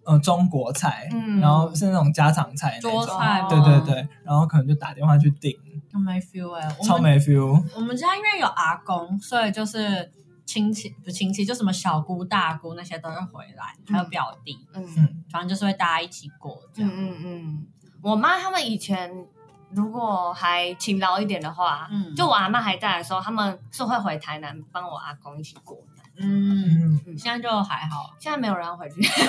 C: 呃中国菜，
D: 嗯
C: 然后是那种家常菜那种，
E: 桌菜吗
C: 对对对，然后可能就打电话去订，
E: 就没 feel 哎、我
C: 超
E: 们
C: 没 feel，
E: 我们家因为有阿公，所以就是亲戚不亲戚，就什么小姑、大姑那些都会回来，还有表弟，
D: 嗯
E: 反正就是会大家一起过这
D: 嗯
E: 样。
D: 嗯嗯，我妈他们以前如果还勤劳一点的话，
E: 嗯
D: 就我阿妈还在的时候，他们是会回台南帮我阿公一起过的。
E: 嗯，
C: 嗯，
E: 现在就还好。
D: 现在没有人要回去，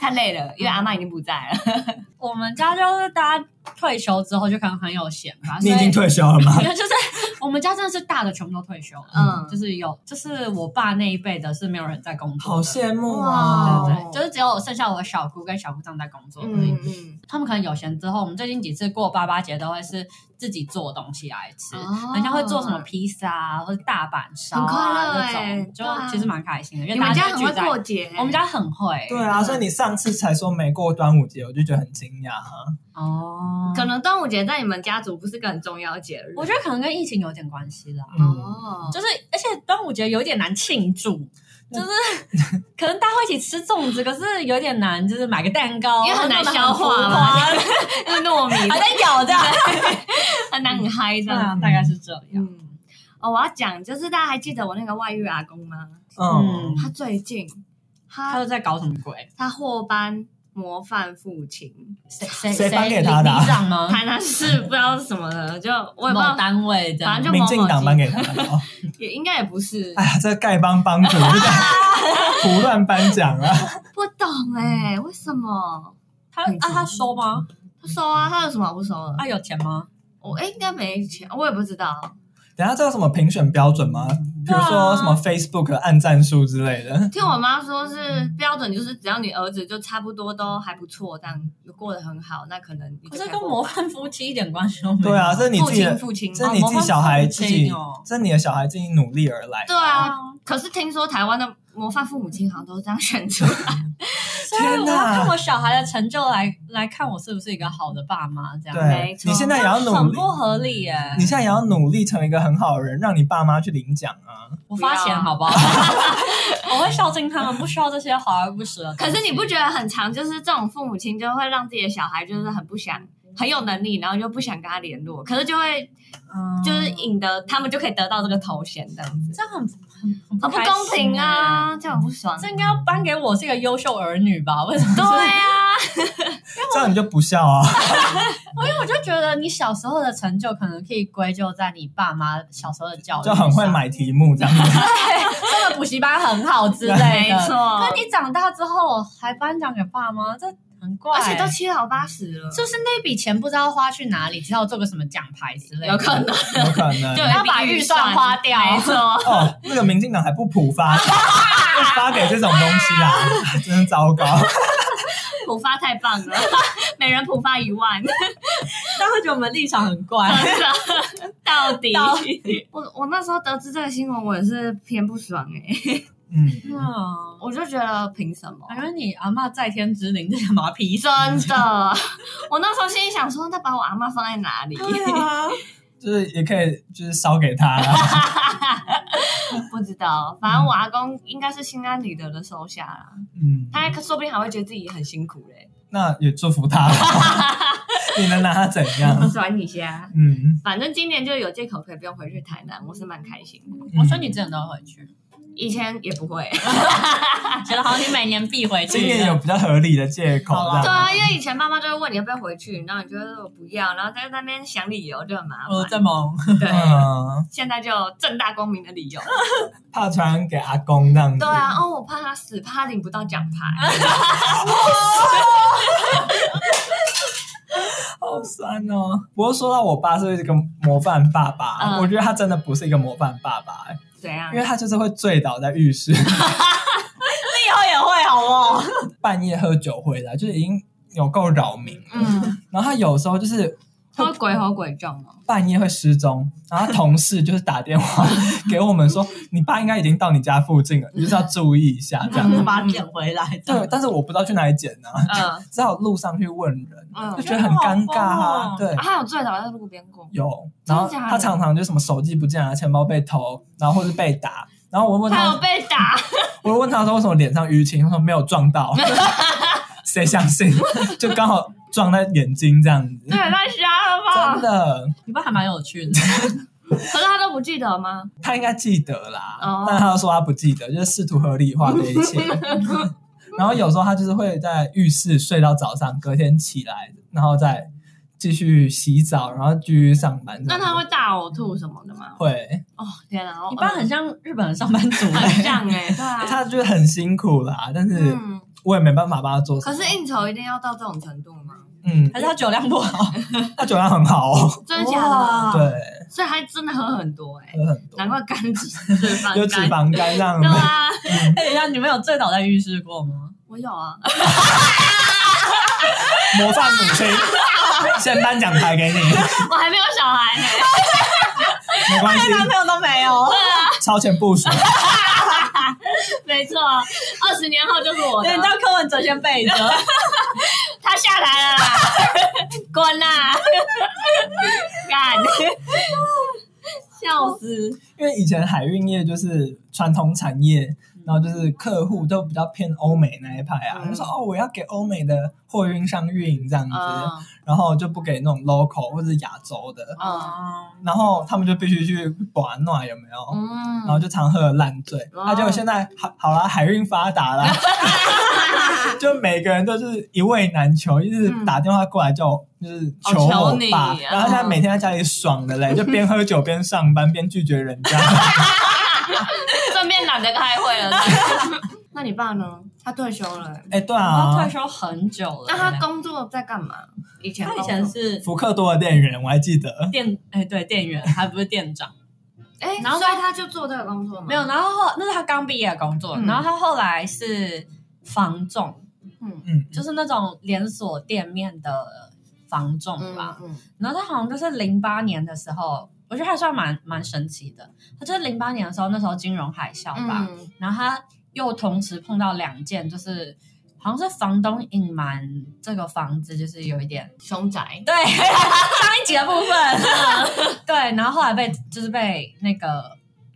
D: 太累了，因为阿妈已经不在了。
E: 我们家就是大家退休之后就可能很有闲吧，
C: 你已经
E: 所以
C: 退休了吗？
E: 没有， 就是我们家真的是大的全部都退休了，
D: 嗯
E: 就是有，就是我爸那一辈的是没有人在工作
C: 好
E: 的，
C: 羡慕
D: 哇
C: 啊！
E: 对对对，就是只有剩下我的小姑跟小姑丈在工作而已。
D: 嗯嗯，
E: 他们可能有闲之后，我们最近几次过八八节都会是自己做东西来吃，
D: 哦
E: 人家会做什么披萨啊，或者大阪烧
D: 很快
E: 啊
D: 乐
E: 那
D: 欸
E: 种，就
D: 对啊
E: 其实蛮开心的。因
D: 你
E: 为
D: 们
E: 大
D: 家
E: 就
D: 很
E: 聚
D: 会
E: 在
D: 过节欸，
E: 我们家很会，
C: 对啊，所以你上次才说没过端午节，我就觉得很惊讶啊。
E: 哦，
D: 可能端午节在你们家族不是个很重要的节日。
E: 我觉得可能跟疫情有点关系啦。
C: 嗯，
D: 哦，
E: 就是，而且端午节有点难庆祝，就是可能大家会一起吃粽子，可是有点难，就是买个蛋糕，
D: 因为很难消化
E: 弄得
D: 嘛
E: 很浮夸
D: 因为糯米
E: 还在咬这样，
D: 很难很嗨这
E: 对
D: 样。
E: 啊，大概是这样。
D: 嗯，哦，我要讲，就是大家还记得我那个外遇阿公吗？
C: 嗯，
D: 他最近
E: 他
D: 他
E: 又在搞什么鬼？
D: 他获颁模范父亲，
E: 谁谁
C: 谁颁给他的啊
E: 里长 吗？
D: 台南市不知道是什么的，就我也不知
E: 某
D: 道，
E: 单位这
D: 嗯
E: 样
D: 反正就
C: 民进党颁给他的哦。
D: 也应该也不是，
C: 哎呀，这丐帮帮主胡乱颁 奖啊！
D: 不懂哎、为什么？
E: 他
D: 嗯
E: 啊，他收吗？
D: 他收啊，他有什么好不收的？
C: 哎
E: 他有钱吗？
D: 我哎、应该没钱，我也不知道。
C: 等一下这有什么评选标准吗？比如说什么
D: 啊
C: Facebook 的按赞数之类的。
D: 听我妈说是标准，就是只要你儿子就差不多都还不错，这样过得很好，那可能你
E: 可
D: 就是以
E: 跟
D: 过
E: 模范夫妻一点关系都没有。
C: 对啊，这是你
D: 父
C: 自己
D: 亲
C: 的，
D: 父亲哦
C: 这是你自己小孩自己
E: 哦模范父亲哦，
C: 这是你的小孩自己哦努力而来。
D: 对啊，可是听说台湾的模范父母亲好像都是这样选出来，
E: 所以我
C: 天
E: 要
C: 哪
E: 看我小孩的成就来来看我是不是一个好的爸妈这样。
C: 对
D: 啊没，错
C: 你现在也要努
E: 很
C: 力
E: 不，合理耶！
C: 你现在也要努力成为一个很好的人，让你爸妈去领奖啊。
E: 我发钱好不好？ 我会孝敬他们，不需要这些华而不实的 东
D: 可
E: 西。
D: 是你不觉得很常就是这种父母亲就会让自己的小孩就是很不想。很有能力，然后就不想跟他联络，可是就会
E: 嗯
D: 就是引得他们就可以得到这个头衔这样子，哦
E: 这样很很很
D: 很不
E: 嗯开心
D: 公平啊，
E: 耶！
D: 这样很不爽。
E: 这应该要颁给我是一个优秀儿女吧？为什么？
D: 对啊，
C: 这样你就不孝啊。
E: 因 为我就觉得你小时候的成就可能可以归咎在你爸妈小时候的教育，
C: 就很会，买题目这样子。
E: 这个补习班很好之类
D: 没
E: 的。
D: 错
E: 可你长大之后还颁奖给爸妈，这很怪、
D: 而且都七老八十了，
E: 就是那笔钱不知道花去哪里，只好做个什么奖牌之类的，
D: 有可能
C: 有可能
D: 就
E: 要把预算花掉
D: 没错。
C: 哦，那个民进党还不普发，就发给这种东西啊， 真的糟糕。
D: 普发太棒了， 每人普发一万，
E: 但会觉得我们立场很怪。
D: 到底
E: 到
D: 我我那时候得知这个新闻，我也是偏不爽哎、
C: 嗯，
E: 嗯，
D: 我就觉得凭什么
E: 我？觉得你阿嬷在天之灵这个马屁
D: 真的， 我那时候心里想说，那把我阿妈放在哪里？
E: 啊，
C: 就是也可以就是烧给他啦。
D: 不知道，反正我阿公应该是心安理得的收下啦，
C: 嗯，
D: 他说不定还会觉得自己很辛苦嘞、
C: 那也祝福他吧。你能拿他怎
D: 欸。
C: 样？
D: 转一下，
C: 嗯，
D: 反正今年就有借口可以不用回去台南，我是蛮开心的。
E: 我说你真的都会去，啊
D: 以前也不会，
E: 觉得好像你每年必 回去。
C: 今年有比较合理的借口
E: 好啦
C: 这
D: 对
C: 样。
D: 啊，因为以前妈妈就会问你要不要回去，然后你就会说我不要，然后在那边想理由就很麻
C: 哦
E: 我
D: 烦。
E: 在忙，
D: 对，
C: 嗯，
D: 现在就正大光明的理由。
C: 怕传给阿公这样 子。
D: 对啊，哦，我怕他死，怕他领不到奖牌。
C: 好酸哦。不过说到我爸是一个模范爸爸，
D: 嗯
C: 我觉得他真的不是一个模范爸爸，欸
D: 怎样
C: 因？为他就是会醉倒在浴室。
E: 你以后也会好不好？
C: 半夜喝酒回来，就是已经有够扰民。
D: 嗯，
C: 然后他有时候就是
D: 他会鬼吼鬼叫吗？
C: 半夜会失踪，然后他同事就是打电话 给我们说，你爸应该已经到你家附近了，你就是要注意 一下这样。
E: 然后 把它捡回来。
C: 对，但是我不知道去哪里捡呢、啊，
D: 嗯
C: 只好路上去问人，
D: 嗯
C: 就，觉得很尴尬啊。
E: 好疯哦
C: 对
D: 啊，他有醉倒在路边过，
C: 有，
D: 真
C: 然
D: 的
C: 后
D: 假的
C: 他常常就什么手机不见了，啊钱包被偷，然后或是被打。然后我问
D: 他有
C: 他，
D: 被打，
C: 我问他说为什么脸上淤青，他说没有撞到，谁相信？ 就刚好撞在眼睛这样子，
D: 对，啊太瞎了吧
C: 真？的。
E: 你爸还蛮有趣的，
D: 可是他都不记得吗？
C: 他应该记得啦，
D: 哦
C: 但他说他不记得，就是试图合理化这一 切。然后有时候他就是会在浴室睡到早上，隔天起来，然后再继续洗澡，然后继续上班。
D: 那他会大呕吐什么的吗？
C: 会，
D: 哦，天啊！
E: 你
D: 一
E: 爸
D: 般
E: 很像日本的上班 族
D: 很
E: 哎。
D: 像哎，对啊，
C: 他就是很辛苦啦，但是
D: 嗯，
C: 我也没办法帮他做什
D: 可
C: 么。
D: 是应酬一定要到这种程度吗？
C: 嗯，
E: 还是他酒量不好，
C: 他酒量很 好哦，
D: 真的假的？
E: 哇，
C: 对，
D: 所以他真的喝很多哎，
C: 喝很多
D: 难，怪肝 脂脂肪
C: 嗯有脂
D: 肝。
C: 肪肝这样
D: 对
C: 子。
D: 啊，
C: 嗯
E: 哎，等一下，你们有醉倒在浴室过吗？
D: 我有啊，
C: 模范母亲， 先颁奖牌给你，
D: 我还没有小孩欸呢。
C: 没关系，
E: 男朋友都啊没有，
C: 超前部署。
D: 没错，啊二十年后就是我的
E: 对，。你啊叫柯文哲先背 着。
D: 他下台了啦， 滚 啦！干，笑死！
C: 因为以前海运业就是传统产业，然后就是客户都比较偏欧美那一派啊，
D: 嗯
C: 就说哦，我要给欧美的货运商运营这样子，
D: 嗯
C: 然后就不给那种 local 或者亚洲的，
D: 嗯
E: 啊
C: 然后他们就必须去把暖有没有？然后
D: 嗯，
C: 就常喝得烂醉，那、
D: 哦
C: 结果现在好好啦，海运发达啦，就每个人都是一味难求，就是
D: 嗯
C: 打电话过来叫我，就是求
D: 求
C: 我
D: 你
C: 爸，
D: 啊
C: 然后现在每天在家里爽的嘞，就边喝酒边上班边拒绝人家。
D: 顺便懒得开会了。 那你爸呢？他退休了，
C: 哎、对啊，
E: 他退休很久了。
D: 那他工作在干嘛？以前
E: 他
D: 工
E: 以
D: 作
E: 前是
C: 福克多的店员，我还记得。
E: 店，哎，对，店员，还不是店长。
D: 哎，
E: 然后
D: 所以他就做这个工作吗？
E: 没有，，然后后那是他刚毕业的工作，
D: 嗯
E: 然后他后来是房仲，
D: 嗯
C: 嗯，
E: 就是那种连锁店面的房仲
D: 嗯
E: 吧。
D: 嗯
E: 然后他好像就是零八年的时候，我觉得还算蛮蛮神奇的。他就是零八年的时候，那时候金融海啸吧，
D: 嗯
E: 然后他又同时碰到两件，就是好像是房东隐瞒这个房子，就是有一点
D: 熊宅，
E: 对上一集的部分，对，然后后来被就是被那个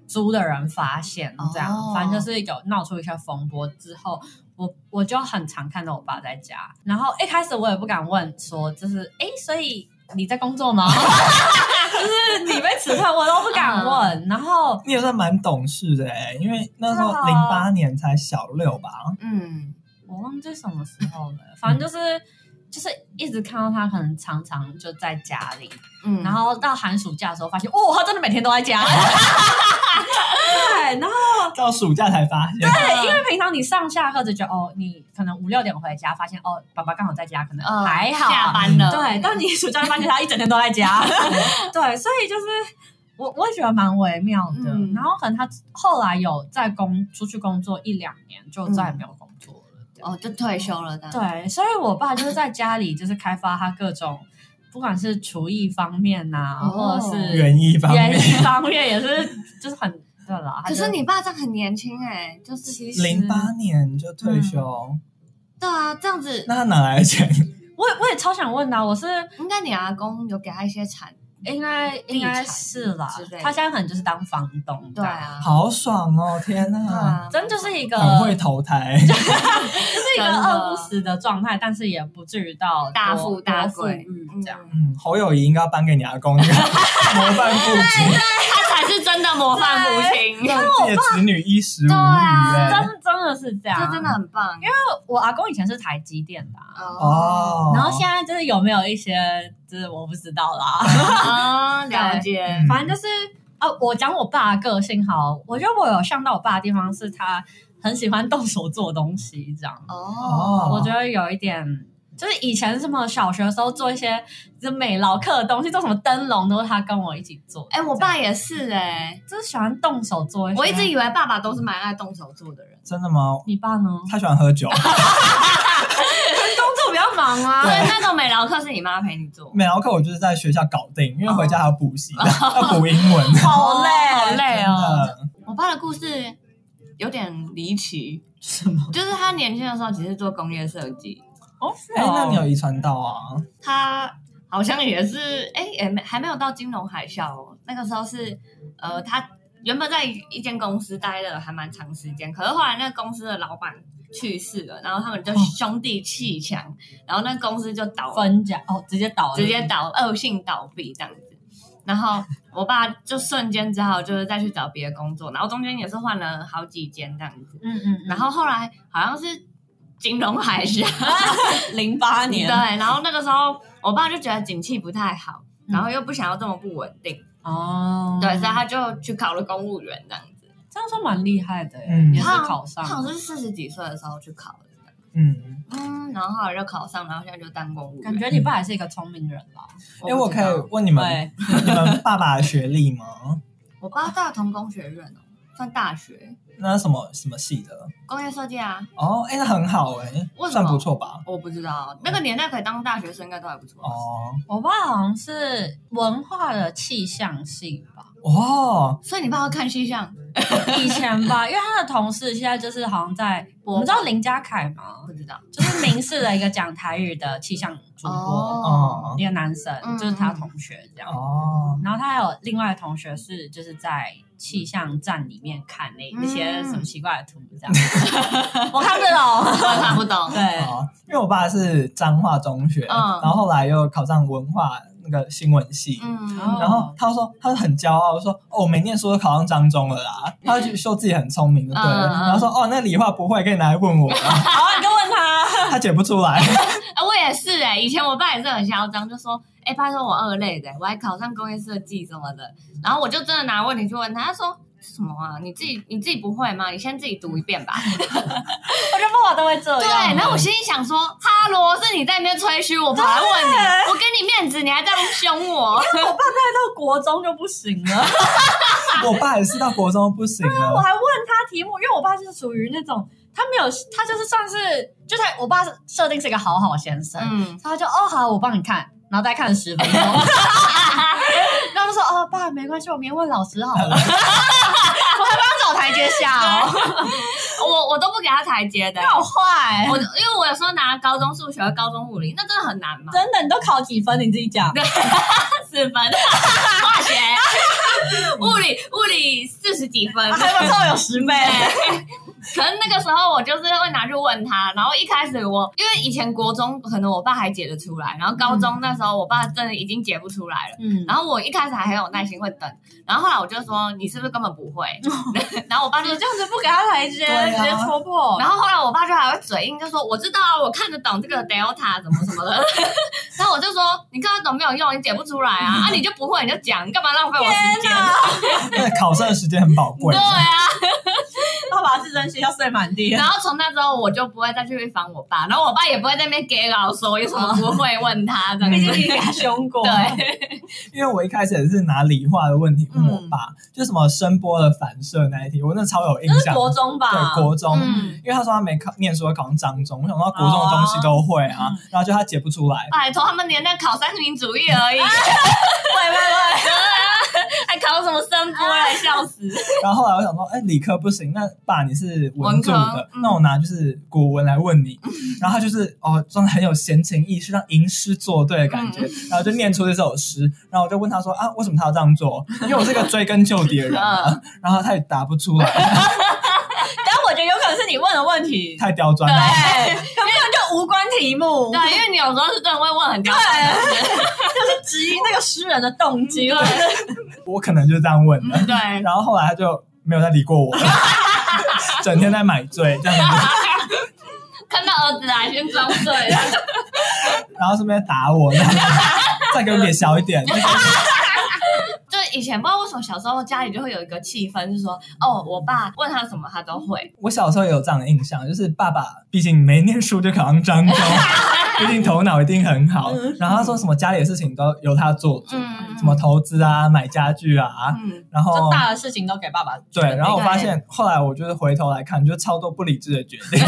E: 租的人发现，这样，
D: 哦
E: 反正就是有闹出一些风波之后。我我就很常看到我爸在家，然后一开始我也不敢问说，就是哎，诶所以你在工作吗？就是你被辞退，我都不敢问。然后
C: 你也算蛮懂事的哎、因为那时候
E: 真的
C: 零
E: 哦
C: 八年才小六吧，
D: 嗯，
E: 我忘记什么时候了，反正就是就是一直看到他，可能常常就在家里，
D: 嗯
E: 然后到寒暑假的时候发现，哦，他真的每天都在 家。对，
D: 嗯
E: 然后
C: 到暑假才发现。
E: 因为平常你上下课就觉得，哦，你可能五六点回家，发现哦，爸爸刚好在家，可能
D: 嗯
E: 还好。
D: 下班嗯了，
E: 对，但你暑假就发现他一整天都 在家。对，所以就是我我也觉得蛮微妙的。
D: 嗯
E: 然后可能他后来有在工出去工作一两年，就再也没有工作了。这样
D: 哦，就退休了的，
E: 对，所以我爸就是在家里就是开发他各种，不管是厨艺方面呐、
D: 哦
E: 或者是
C: 园艺方
E: 演
C: 面，
E: 艺方面也是，就是很对 啦。
D: 可是
E: 他就
D: 你爸这样很年轻哎，就是其实
C: 零八年就退休，
D: 对啊，这样子
C: 那他哪来的钱？
E: 我也我也超想问的啊，我是
D: 应该你阿公有给他一些产，
E: 应该
D: 地
E: 应该
D: 产
E: 是啦
D: 之类的，
E: 他现在可能就是当房东这
D: 对
E: 样，
D: 啊，
C: 好爽哦！天
D: 对
C: 哪，
D: 啊，
E: 真就是一个
C: 很会投胎。
E: 就是一个
D: 真的
E: 饿不死的状态，但是也不至于到
D: 大
E: 多
D: 富大
E: 多富
D: 贵
E: 裕这样。
C: 嗯，侯友谊应该要颁给你阿 公那个模范父亲，
D: 他才是真的模范母亲，
C: 让 自己的子女衣食无余
D: 对
C: 哎。
E: 啊真真的是这样，
D: 这真的很棒，因为
E: 我阿公以前是台积电的啊、
C: 哦，
E: 然后现在就是有没有一些，就是我不知道啦。
D: 啊，了解，
C: 嗯
E: 反正就是啊，我讲我爸的个性好，我觉得我有像到我爸的地方是他很喜欢动手做东西，这样、
D: 哦，
C: 哦，
E: 我觉得有一点。就是以前什么小学的时候做一些就是美劳课的东西，做什么灯笼都是他跟我一起做。
D: 哎，我爸也是哎，
E: 就是喜欢动手做一些。
D: 我一直以为爸爸都是蛮爱动手做的人，
C: 真的吗？
E: 你爸呢？
C: 他喜欢喝酒，
E: 工作比较帮忙
D: 所
E: 啊。
D: 以那种美劳课是你妈陪你做，
C: 美劳课我就是在学校搞定，因为回家还要补
E: 哦
C: 习， 要补英 文。
D: 好累，好累哦。
C: 嗯
D: 我爸的故事有点离奇，
E: 什么？
D: 就是他年轻的时候只是做工业设计，
B: 哦，是
C: 哎，那你有
B: 哦，
C: 遗传到啊？
D: 他好像也是，哎、也没还没有到金融海啸哦。那个时候是，呃，他原本在一间公司待了还蛮长时间，可是后来那个公司的老板去世了，然后他们就兄弟气强，然后那公司就倒了，
E: 分家哦，直接倒了，
D: 直接倒，恶性倒闭这样子。然后我爸就瞬间只好就是再去找别的工作，然后中间也是换了好几间这样子。
E: 嗯。嗯嗯，
D: 然后后来好像是金融海啸，
E: 零八年，
D: 对，然后那个时候我爸就觉得景气不太好，然后又不想要这么不稳定，
E: 哦，
D: 对，所以他就去考了公务员这样子。
E: 这样说蛮厉害的耶，
C: 嗯
E: 也是
D: 他
E: 考上
D: 他好
E: 了，
D: 像是四十几岁的时候去考的这样，
C: 嗯，
D: 嗯，然后后来就考上，然后现在就当公务员。
E: 感觉你爸还是一个聪明人啦。
C: 哎，
D: 不
C: 我可
D: 知道
C: 以问你们，
E: 对，
C: 你们爸爸的学历吗？
D: 我爸大同工学院哦，算大学
C: 那什么什么系的？
D: 工业设计啊，
C: 哦，哎，那很好哎
D: 为什么，
C: 算不错吧？
D: 我不知道那个年代可以当大学生，应该都还不错。
C: 哦，
E: 我爸好像是文化的气象系吧，
C: 哦，
D: 所以你爸会看气象？
E: 以前吧，因为他的同事现在就是好像在，我们知道林家凯吗
D: 不？知道
E: 就是明视的一个讲台语的气象主播，嗯
C: 哦，
E: 一个男生，
D: 嗯
E: 就是他同学这样。
C: 哦，
E: 然后他还有另外的同学是就是在气象站里面看那
D: 嗯
E: 那些什么奇怪的图这样，
D: 哦
E: 我 看不懂。
D: 我也看不懂。
E: 对，
C: 哦，因为我爸是彰化中学，
D: 嗯
C: 然后后来又考上文化那个新闻系，
D: 嗯，
E: 哦
C: 然后他说他很骄傲，说哦，我没念书都考上彰中了啦，他就说自己很聪明，对了。
D: 嗯嗯嗯
C: 然后说哦，那理化不会，可以拿来 问我啊，
E: 好，你就问他，
C: 他解不出来。
D: 啊，我也是哎、以前我爸也是很嚣张，就说：“哎、拜托我二类的、我还考上工业设计什么的。”然后我就真的拿问题去问他，他说：“什么啊？你自己你自己不会吗？你先自己读一遍 吧。
E: 我觉得爸爸都会这”样。
D: 对，然后我心里想说：“哈罗，是你在那边吹嘘我，跑来问你，我给你面子，你还这样凶我？
E: 到国中就不行了，
C: 我爸也是到国中不 行
E: 我
C: 了，
E: 还问他题目，因为我爸是属于那种他没有，他就是算是就他我爸设定是一个好好先生，
D: 嗯，
E: 所以他就哦好，我帮你看，然后再看十 分钟，然后就说哦爸没关系，我明天问老师好了，我 还帮他找台阶下哦，
D: 我我都不给他台阶的、
E: 你好坏、
D: 我因为我有时候拿高中数学、和高中物理，那真的很难嘛，
E: 真的，你都考几分？你自己讲。
D: 四分，化学、 物理物理四十几分，
E: 啊还不错，有十倍。
D: 可能那个时候我就是会拿去问他，然后一开始我因为以前国中可能我爸还解得出来，然后高中那时候我爸真的已经解不出来了。
E: 嗯，
D: 然后我一开始还很有耐心会等，然后后来我就说你是不是根本不会？然后我爸就
E: 你，这样子不给他台阶，
C: 对
E: 直
C: 啊
E: 接戳破。
D: 然后后来我爸就还会嘴硬，就说我知道啊，我看得懂这个 delta 怎么什么的。然后我就说你看得懂没有用，你解不出来啊，啊你就不会你就讲，你干嘛浪费我时间？
C: 那考试的时间很宝贵
D: 对。啊，
E: 爸爸自尊心要碎满地
D: 然后从那之后我就不会再去烦我爸，然后我爸也不会在那边给老说我有什么不会问他这样
E: 毕
D: 子
E: 竟你 给他凶过。
D: 对，
C: 因为我一开始也是拿理化的问题问我
D: 嗯
C: 爸，就什么声波的反射那一题，我那超有印
E: 那是
C: 象。
E: 国中吧？
C: 对国中，
D: 嗯，
C: 因为他说他没考念书，考上彰中，我想到国中
D: 哦
C: 的东西都会啊，
D: 嗯
E: 哦
C: 然后就他解不出来，
D: 拜托，他们连那考三民主义而已，
E: 喂喂喂，
D: 还考什么 声波来笑死！
C: 然后后来我想说，哎，理科不行，那爸你是文组
D: 文科
C: 的，
D: 嗯
C: 那我拿就是古文来问 你，然后他就是哦，真的很有闲情逸致，让吟诗作对的感觉，
D: 嗯
C: 然后就念出这首诗，然后我就问他说啊，为什么他要这样 做？因为我是个追根究底的人
D: 嗯
C: 啊，然后他也答不出来，
E: 但我觉得有可能是你问的问题，
C: 太刁钻了。
E: 对，根本就无关题目，
D: 对，啊因为你有时候是真的会问很多，
E: 就是质疑那个诗人的动机。
D: 对
C: 我可能就这样问的，
D: 对，
C: 然后后来他就没有再理过 我了，整天在买醉这样子。
D: 看到儿子还先装醉了，
C: 然后顺便打我，这样 再给我脸小一点。
D: 就以前不知道为什么小时候家里就会有一个气氛，就是说哦，我爸问他什么他都会，
C: 我小时候也有这样的印象，就是爸爸毕竟没念书就考上漳 州，毕竟头脑一定很好。
E: 嗯
C: 然后他说什么家里的事情都由他做主，
D: 嗯
C: 什么投资啊、买家具啊，
D: 嗯，
C: 然后
E: 就大的事情都给爸爸决定
C: 对，然后我发现后来我就是回头来看，就超多不理智的决定。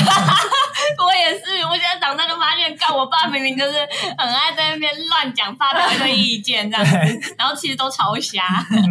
D: 我也是，我现在长大就发现，干我爸明明就是很爱在那边乱讲，发表一堆意见这样子，
C: 对，
D: 然后其实都超瞎。
C: 嗯，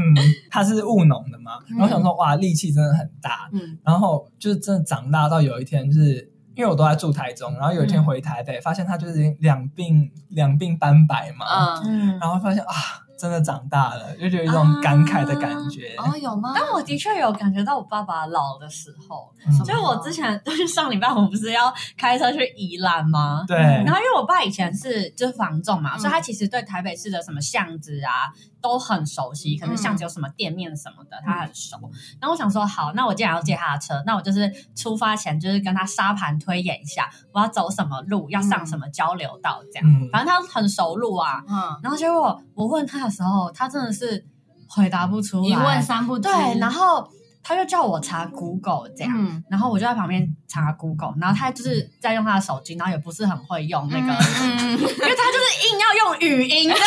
C: 他是务农的嘛，然后想说哇，力气真的很大，
E: 嗯，
C: 然后就是真的长大到有一天，就是因为我都在住台中，然后有一天
E: 嗯
C: 回台北，发现他就是已经两鬓两鬓斑白嘛，
D: 嗯，
E: 嗯，
C: 然后发现啊，真的长大了，就有一种感慨的感觉。
D: 哦，有吗？
E: 但我的确有感觉到我爸爸老的时候，
C: 嗯
E: 就是我之前就是上礼拜我们不是要开车去宜兰吗？
C: 对，
E: 嗯然后因为我爸以前是就是房仲嘛，
D: 嗯
E: 所以他其实对台北市的什么巷子啊都很熟悉，可能巷
D: 嗯
E: 子有什么店面什么的，他很熟。然后我想说，好，那我既然要借他的车，那我就是出发前就是跟他沙盘推演一下，我要走什么路，要上什么交流道这样。
C: 嗯
E: 反正他很熟路啊。
D: 嗯，
E: 然后结果我问他的时候，他真的是回答不出来，
D: 一问三不知。
E: 对，然后他就叫我查 Google 这样。
D: 嗯，
E: 然后我就在旁边查 Google，然后他就是在用他的手机，然后也不是很会用那
D: 那
E: 个，
D: 个，嗯，嗯
E: 因为他就是硬要用语 音，然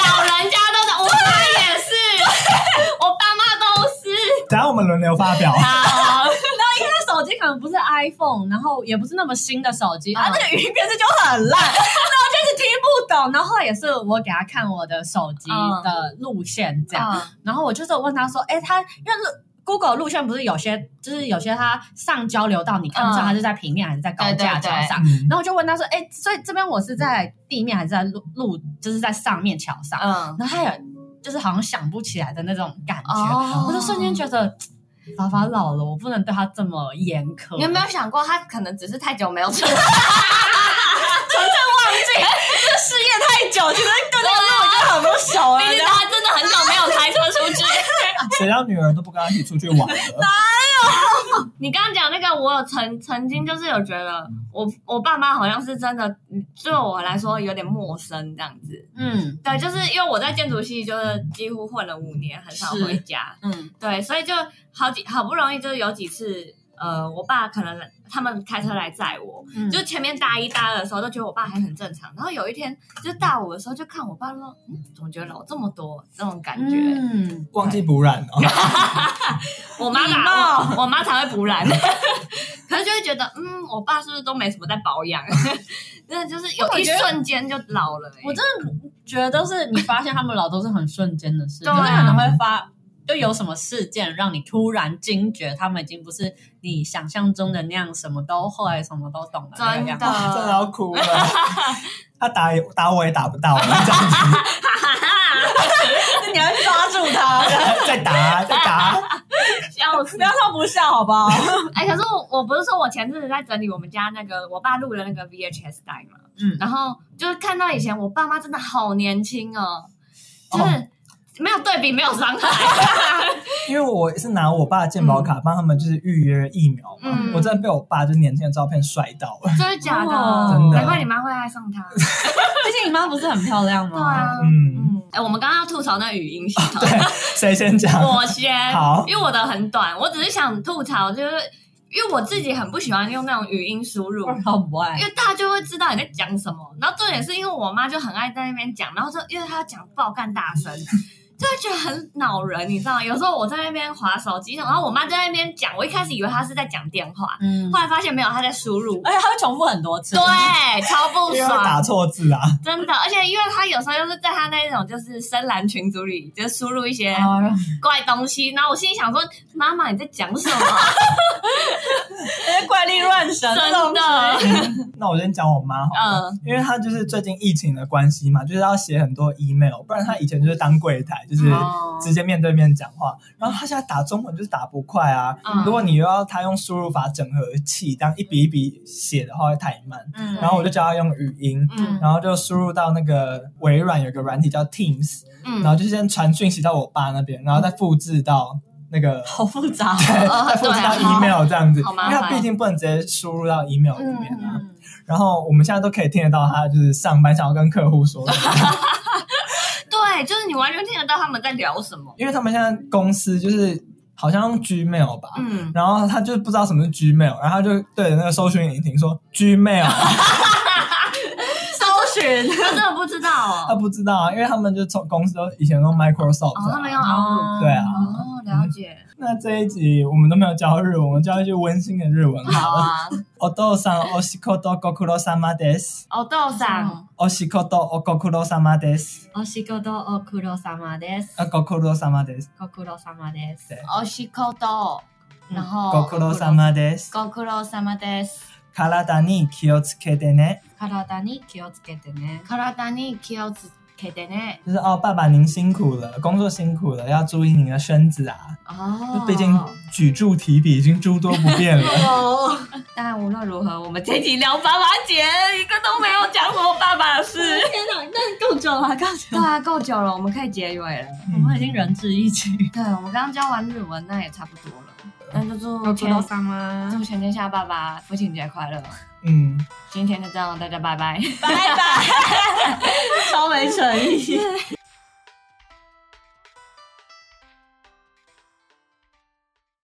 D: 老人家都懂，我爸也是，我爸妈都是。
C: 等一下我们轮流发表。
D: 好，
E: 后因为他手机可能不是 iPhone，然后也不是那么新的手机，
D: 嗯
E: 啊，那个语音辨识就很烂，然 后就是听不懂。然后后来也是我给他看我的手机的路线这样，
D: 嗯
E: 然后我就是问他说，哎，他因为路 Google 路线不是有些，就是有些它上交流道你看不出来
D: 嗯
E: 它是在平面还是在高
D: 对对
E: 架桥
D: 对
E: 上，
C: 嗯
E: 然后我就问他说：“哎、所以这边我是在地面还是在路路，就是在上面桥上？”
D: 嗯，
E: 然后他也就是好像想不起来的那种感觉，
D: 哦
E: 我就瞬间觉得法法老了，我不能对他这么严苛。
D: 你有没有想过，他可能只是太久没有出来，
E: 事业太久，其实对这个路已经很不熟 了。
D: 毕竟
E: 然后
D: 他真的很久没有开车出去。
C: 谁让女儿都不跟他一起出去玩了？
D: 你刚刚讲那个，我有曾曾经就是有觉得我我爸妈好像是真的对我来说有点陌生这样子。
E: 嗯
D: 对，就是因为我在建筑系就是几乎混了五年，很少回家。
E: 嗯
D: 对，所以就好几好不容易就是有几次，呃，我爸可能他们开车来载我，
E: 嗯，
D: 就前面大一、大二的时候都觉得我爸还很正常，然后有一天就是大五的时候就看我爸说，嗯，怎么觉得老这么多这种感觉？
E: 嗯，
C: 忘记补染哦。
D: 我妈
E: 礼
D: 打我，我妈才会补染，可是就会觉得，嗯，我爸是不是都没什么在保养？ 真的就是有一瞬间就老了、欸，
E: 我真的觉得都是你发现他们老都是很瞬间的事，
D: 对
E: 就
D: 啊
E: 是可能会发。就有什么事件让你突然惊觉，他们已经不是你想象中的那样，什么都后来什么都懂的那个
D: 真
E: 样
D: 的
E: 子。
C: 真的要哭了。他打也打我也打不到，我就这样子
E: 是你要抓住他，
C: 再打再打。
D: 笑死
E: 不！要上不下，好不好？
D: 哎、可是我我不是说我前阵子在整理我们家那个我爸录的那个 VHS 带嘛，
E: 嗯
D: 然后就是看到以前我爸妈真的好年轻哦，就是没有对比，没有伤害，
C: 因为我是拿我爸的健保卡帮他们就是预约疫苗嘛，
D: 嗯
C: 我真的被我爸就是年轻的照片帅到了。
D: 真的假
E: 哦
D: 的？
C: 真的
D: 难怪你妈会爱上他。
E: 毕竟你妈不是很漂亮
D: 对
E: 吗？
D: 啊，
C: 嗯，
D: 嗯，哎、我们刚刚要吐槽那语音系统，
C: 谁先 讲？
D: 我先，
C: 好
D: 因为我的很短，我只是想吐槽，就是因为我自己很不喜欢用那种语音输入，
C: 哦
E: 我好不爱
D: 因。为大家就会知道你在讲什么。然后重点是因为我妈就很爱在那边讲，然后就因为她讲爆干大声，就会觉得很恼人，你知道吗？有时候我在那边划手机，然后我妈在那边讲，我一开始以为她是在讲电话，
E: 嗯
D: 后来发现没有，她在输入。
E: 而且她会重复很多次。
D: 对，超不
C: 因为会打
D: 爽，
C: 错字啊，
D: 真的。而且因为她有时候又是在她那种就是深蓝群组里，就输入一些
C: 哦
E: 好
D: 怪东西，然后我心里想说：“妈妈，你在讲什么？
E: 怪力乱神
D: 真
E: 这种
D: 的？”
C: 那我先讲我妈好了，
D: 嗯
C: 因为她就是最近疫情的关系嘛，就是要写很多 email，不然她以前就是当柜台，就是
E: 哦
C: 直接面对面讲话，然后她现在打中文就是打不快啊。
D: 嗯
C: 如果你又要她用输入法整合器，当一笔一笔写的话会太慢，
E: 嗯
C: 然后我就教她用语音。
D: 嗯
C: 然后就输入到那个微软有个软体叫 Teams，、然
D: 嗯，
C: 后就先传讯息到我爸那边，然后再复制到那个
E: 好复杂。
D: 哦
C: 再复制到
D: 对好
C: email 这样子，
D: 好
C: 因
D: 麻
C: 为
D: 烦
C: 他毕竟不能直接输入到 email 里面啊。
E: 嗯，
C: 然后我们现在都可以听得到他就是上班想要跟客户说
D: 嗯
C: 什么，
D: 对，就是你完全听得到他们在聊什么。
C: 因为他们现在公司就是好像用 Gmail 吧，
D: 嗯，
C: 然后他就不知道什么是 Gmail，然后他就对着那个搜寻引擎说 Gmail，
E: 搜 寻
D: 我真的不知道
C: 他
D: 哦。
C: 不知道啊，因为他们就从公司都以前用 Microsoft，
D: 哦，
C: 啊、
D: 他们用 Outlook。
C: 对啊，
D: 哦，了解。
C: 那这一集我们都没有教日文，我们教一句温馨的日文
D: 好
C: 好了。哦
D: 啊，
C: お父さん、お仕事ご苦労様です。
D: 哦，豆上，
C: お仕事おご苦労様です。啊
E: お仕事お苦労様です。
C: あ、ご苦労様です。
E: ご苦労様です。
D: 哦，西口豆，然后
C: 嗯ご苦労，様です。
D: ご苦労様です。
C: 体に気をつけてね。
E: 体に気をつけてね。
D: 体に気をつけてね。
C: 就是哦，爸爸您辛苦了，工作辛苦了，要注意您的身子啊。
D: 哦，
C: 毕竟举箸提笔已经诸多不便 了。
D: 哦，但无论如何，我们这集聊爸爸节，一个都没有讲什么爸爸的事。
E: 天哪，那 够久了，够久
D: 对。啊，够久了，我们可以结尾了。
E: 我们已经仁至义尽。
D: 对，我们刚刚教完日文，那也差不多了。那就祝
E: ご苦労
D: 全
E: 様。
D: 祝全天下爸爸父亲节快乐！
C: 嗯，
D: 今天就这样，大家拜拜，拜拜，超没诚意。